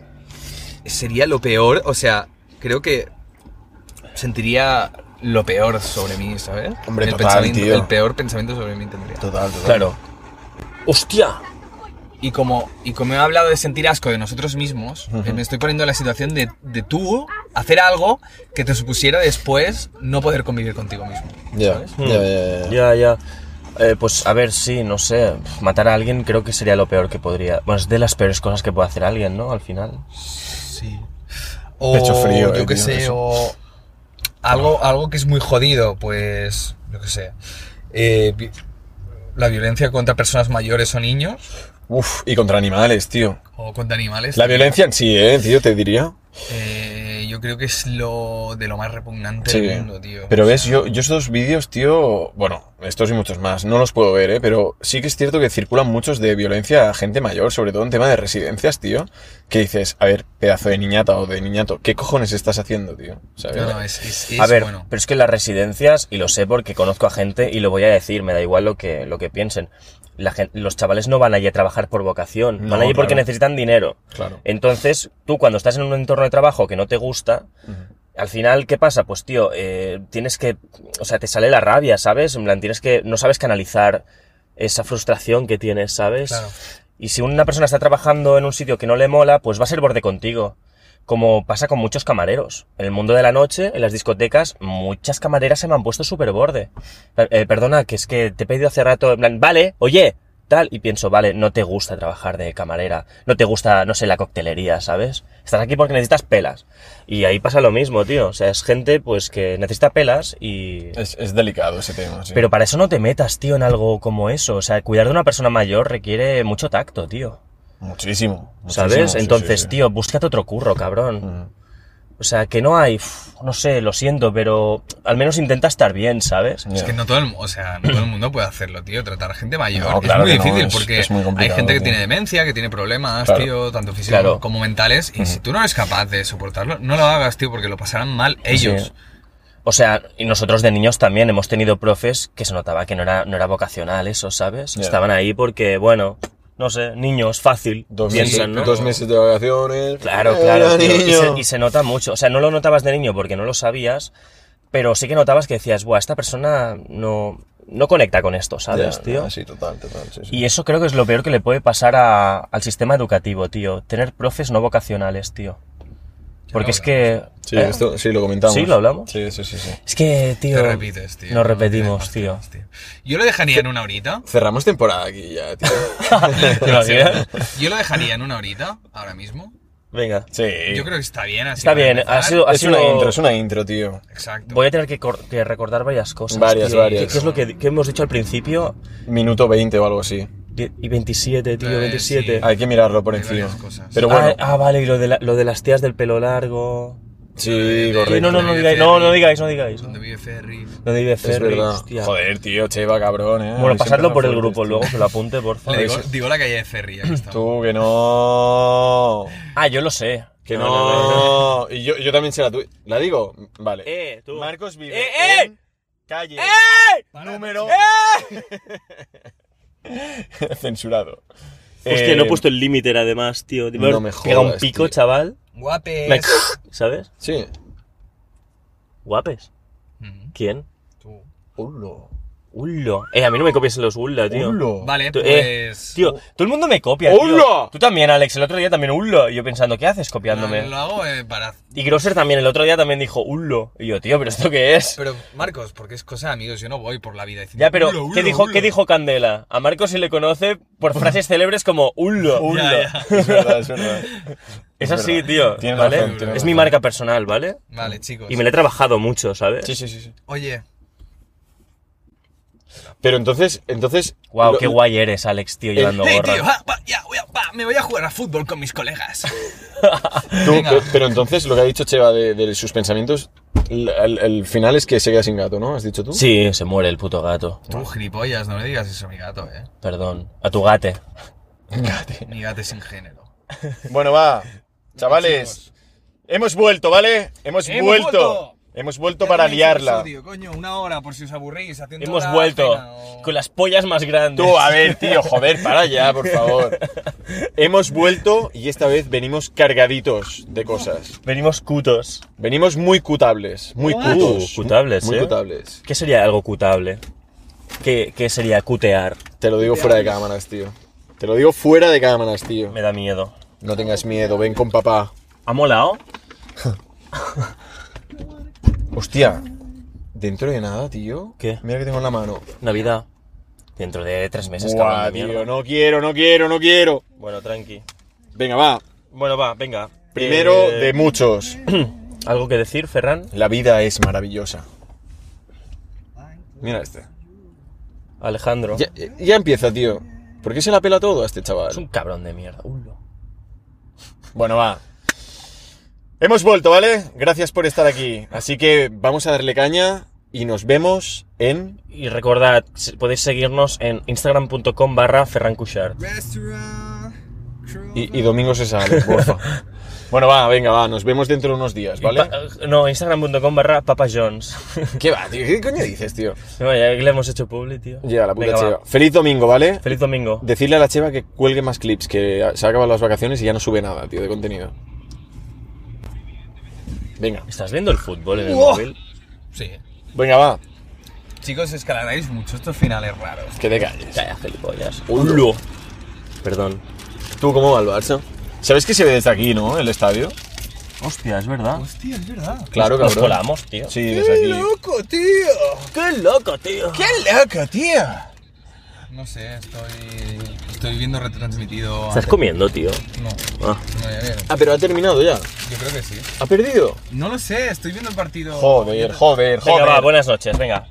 sería lo peor, o sea, creo que sentiría lo peor sobre mí, ¿sabes?
Hombre,
el,
total,
pensamiento-
tío.
el peor pensamiento sobre mí tendría.
Total, total.
Claro. ¡Hostia!
Y como, y como he hablado de sentir asco de nosotros mismos, eh, me estoy poniendo en la situación de, de tú hacer algo que te supusiera después no poder convivir contigo mismo.
Ya,
¿sabes?
ya, ya, ya,
Ya,
ya.
ya. Eh, pues a ver, sí, no sé. Matar a alguien creo que sería lo peor que podría. Bueno, es de las peores cosas que puede hacer alguien, ¿no? Al final.
Sí. O
Pecho frío,
yo
eh,
qué
tío,
sé,
eso.
o algo, algo que es muy jodido, pues, yo qué sé. eh, vi- la violencia contra personas mayores o niños,
Uf, y contra animales, tío.
o contra animales.
La violencia en sí, ¿eh, tío? Te diría.
Eh, yo yo creo que es lo de lo más repugnante
Sí.
del mundo, tío.
Pero
O
ves,
sea,
yo, yo estos vídeos, tío, bueno, estos y muchos más, no los puedo ver, ¿eh? pero sí que es cierto que circulan muchos de violencia a gente mayor, sobre todo en tema de residencias, tío, que dices, a ver, pedazo de niñata o de niñato, ¿qué cojones estás haciendo, tío? ¿Sabes?
No, no, es, es- es
a ver,
bueno.
pero es que las residencias, y lo sé porque conozco a gente y lo voy a decir, me da igual lo que, lo que piensen. La gen- los chavales no van allí a trabajar por vocación,
No,
van allí porque
claro.
necesitan dinero.
Claro.
Entonces, tú cuando estás en un entorno de trabajo que no te gusta, al final, ¿qué pasa? Pues tío, eh, tienes que, o sea, te sale la rabia, ¿sabes? En plan, tienes que, no sabes canalizar esa frustración que tienes, ¿sabes?
Claro.
Y si una persona está trabajando en un sitio que no le mola, pues va a ser borde contigo. Como pasa con muchos camareros. En el mundo de la noche, en las discotecas, muchas camareras se me han puesto súper borde. Eh, perdona, que es que te he pedido hace rato, en plan, vale, oye, tal. Y pienso, vale, no te gusta trabajar de camarera, no te gusta, no sé, la coctelería, ¿sabes? Estás aquí porque necesitas pelas. Y ahí pasa lo mismo, tío. O sea, es gente, pues, que necesita pelas y...
Es, es delicado ese tema, sí.
Pero para eso no te metas, tío, en algo como eso. O sea, cuidar de una persona mayor requiere mucho tacto, tío.
Muchísimo. muchísimo,
¿Sabes?
sí,
Entonces,
sí, sí.
tío, búscate otro curro, cabrón.
Mm.
O sea, que no hay, uf, no sé, lo siento, pero al menos intenta estar bien, ¿sabes?
Ya.
Es que no todo, el, mu- o sea, no todo el mundo puede hacerlo, tío. Tratar gente mayor
No, claro
es muy
que no,
difícil
es-
porque
es muy
hay
complicado,
gente que
tío.
tiene demencia, que tiene problemas,
Claro.
tío, tanto físicos
Claro.
como mentales. Y si tú no eres capaz de soportarlo, no lo hagas, tío, porque lo pasarán mal ellos.
O sea, y nosotros de niños también hemos tenido profes que se notaba que no era, no era vocacional eso, ¿sabes?
Ya.
Estaban ahí porque, bueno, no sé, niños, fácil,
Dos,
piensan,
meses,
¿no?
dos meses de vacaciones.
Claro,
Eh,
claro, tío. Y,
niño.
se, y se nota mucho. O sea, no lo notabas de niño porque no lo sabías, pero sí que notabas que decías, buah, esta persona no, no conecta con esto, ¿sabes,
Ya,
tío?
ya, sí, total, total. sí, sí.
Y eso creo que es lo peor que le puede pasar a- al sistema educativo, tío. Tener profes no vocacionales, tío. Porque es que...
Sí,
¿eh?
esto- sí, lo comentamos.
Sí, lo hablamos.
Sí, sí, sí, sí.
Es que, tío...
Te repites, tío.
Nos
No tiene
repetimos,
más
tío.
temas, Yo lo dejaría en una horita.
Cerramos temporada aquí ya, tío.
¿Te lo digas?
Yo lo dejaría en una horita, ahora mismo.
Venga.
sí.
Yo creo que está bien así.
Está
para
bien,
empezar.
ha sido... Ha
es
sido
una intro, es una intro, tío.
Exacto.
Voy a tener que, cor- que recordar varias cosas.
Varias,
tío.
varias.
¿Qué, qué es lo que, qué hemos dicho al principio?
Minuto 20 o algo así.
Die- Y 27, tío,
Eh,
27.
sí.
Hay que mirarlo por
Hay
encima.
varias cosas.
Pero bueno,
Ah, eh, ah, vale, y lo de, la- lo de las tías del pelo largo...
sí,
Sí,
correcto.
no, no, no
Donde
digáis,
vive
no,
Ferry.
no digáis, no digáis.
Donde vive Ferry.
Lo de Ibe
es
Ferry,
verdad.
hostia.
Joder, tío, Cheva, cabrón, eh.
Bueno,
Habéis
pasadlo
empezado
por el
fuertes,
grupo
tío.
luego, que lo apunte, por favor.
Le digo, digo la calle de Ferry. Aquí está.
Tú, que no.
Ah, yo lo sé.
Que no. Y yo, yo también sé la tuya. ¿La digo? Vale.
Eh, tú.
Marcos vive
Eh, eh.
en calle
¡Eh!
número... Censurado.
Hostia,
Eh,
no he puesto el límite además, tío. Te
no
haber
me
pegado un
jodas,
pico,
tío.
chaval.
Guapes.
Me- ¿Sabes?
Sí.
Guapes.
Mm,
¿Quién?
tú.
Hulo.
Ullo. Eh, a mí no me copies los Ullo, tío.
Hulo.
Vale,
Tú-
pues.
eh, Tío, todo el mundo me copia, tío.
¡Ullo!
Tú también, Alex. El otro día también Ullo. Y yo pensando, ¿qué haces
Lo,
copiándome?
lo hago eh, para.
Y Grosser también, el otro día también dijo Ullo. Y yo, tío, ¿pero esto qué es?
Pero, Marcos, porque es cosa de amigos, yo no voy por la vida diciendo.
Ya, pero,
"Ulo,
¿qué,
ulo,
dijo,
ulo".
¿qué dijo Candela? A Marcos se le conoce por frases célebres como Ullo.
Hulo.
ya.
Es verdad, es verdad.
Es
Es
así,
verdad.
tío.
Tienes
¿vale?
razón,
es
tienes
mi
razón.
marca personal, ¿vale?
Vale, chicos.
Y me la he trabajado mucho, ¿sabes?
Sí, sí, sí. sí.
Oye,
Pero entonces, entonces...
Guau,
lo- Eh,
qué guay eres, Alex, tío, llevando
hey,
gorra.
tío, va, va, ya, voy a- va, me voy a jugar a fútbol con mis colegas.
Tú,
Venga.
pe- pero entonces lo que ha dicho Cheva de, de sus pensamientos, el, el- el final es que se queda sin gato, ¿no? ¿Has dicho tú?
Sí, se muere el puto gato.
Tú, gilipollas, no le digas eso a mi gato, eh.
Perdón. A tu gate.
Gate.
Mi gato es sin género.
Bueno, va. Chavales, hemos vuelto, ¿vale? Hemos,
¡Hemos
vuelto.
vuelto!
Hemos vuelto
Ya
para
tenéis
liarla.
episodio, coño, una hora por si os aburrís haciendo
Hemos
la
vuelto
cena o-
con las pollas más grandes.
oh. Tú, ah. a ver, tío, joder, para ya, por favor. Hemos vuelto y esta vez venimos cargaditos de cosas.
Venimos cutos.
Venimos muy cutables, muy
Uh,
cutos.
cutables,
muy
eh.
cutables.
¿Qué sería algo cutable? ¿Qué, qué sería cutear?
Te lo digo fuera de cámaras, tío. Te lo digo fuera de cámaras, tío.
Me da miedo.
No tengas miedo, ven con papá.
¿Ha molado?
Hostia, dentro de nada, tío.
¿Qué?
Mira que tengo en la mano.
Navidad. Dentro de tres meses, cabrón
Buah,
de
tío,
mierda.
no quiero, no quiero, no quiero.
Bueno, tranqui.
Venga, va.
Bueno, va, venga.
Primero
Eh,
de muchos.
¿Algo que decir, Ferran?
La vida es maravillosa. Mira este.
Alejandro.
Ya, ya empieza, tío. ¿Por qué se la pela todo a este chaval?
Es un cabrón de mierda. Ulo.
Bueno, va. Hemos vuelto, ¿vale? Gracias por estar aquí. Así que vamos a darle caña y nos vemos en...
Y recordad, se- podéis seguirnos en instagram.com barra ferrancushart.
Restaurant.
Y, y domingo se sale, porfa. Bueno, va, venga, va, nos vemos dentro de unos días, ¿vale?
Pa- eh, no, instagram.com barra papajones.
¿Qué va, tío? ¿Qué coño dices, tío?
No, ya que le hemos hecho publi, tío.
Ya, la puta
Venga, va.
Cheva. Feliz domingo, ¿vale?
Feliz domingo.
Decirle a la Cheva que cuelgue más clips, que se acaban las vacaciones y ya no sube nada, tío, de contenido. Venga,
¿Estás viendo el fútbol en el
Uah.
móvil?
Sí.
venga, va,
Chicos, escalaráis mucho estos finales raros.
que te calles.
Calla, gilipollas.
Ulo.
Perdón.
¿Tú cómo va el Barça? ¿Sabes que se ve desde aquí, no? El estadio.
Hostia, es verdad.
Hostia, es verdad.
Claro,
Nos
cabrón.
colamos, tío.
Sí, desde aquí.
loco, tío!
¡Qué loco, tío!
¡Qué loco, tío! No sé, estoy. Estoy viendo retransmitido.
¿Estás comiendo, tío?
No,
Ah.
no, ya veo.
Ah, pero ha terminado ya.
Yo creo que sí.
¿Ha perdido?
No lo sé, estoy viendo el partido.
Joder, joder, joder.
Venga, va, buenas noches, venga.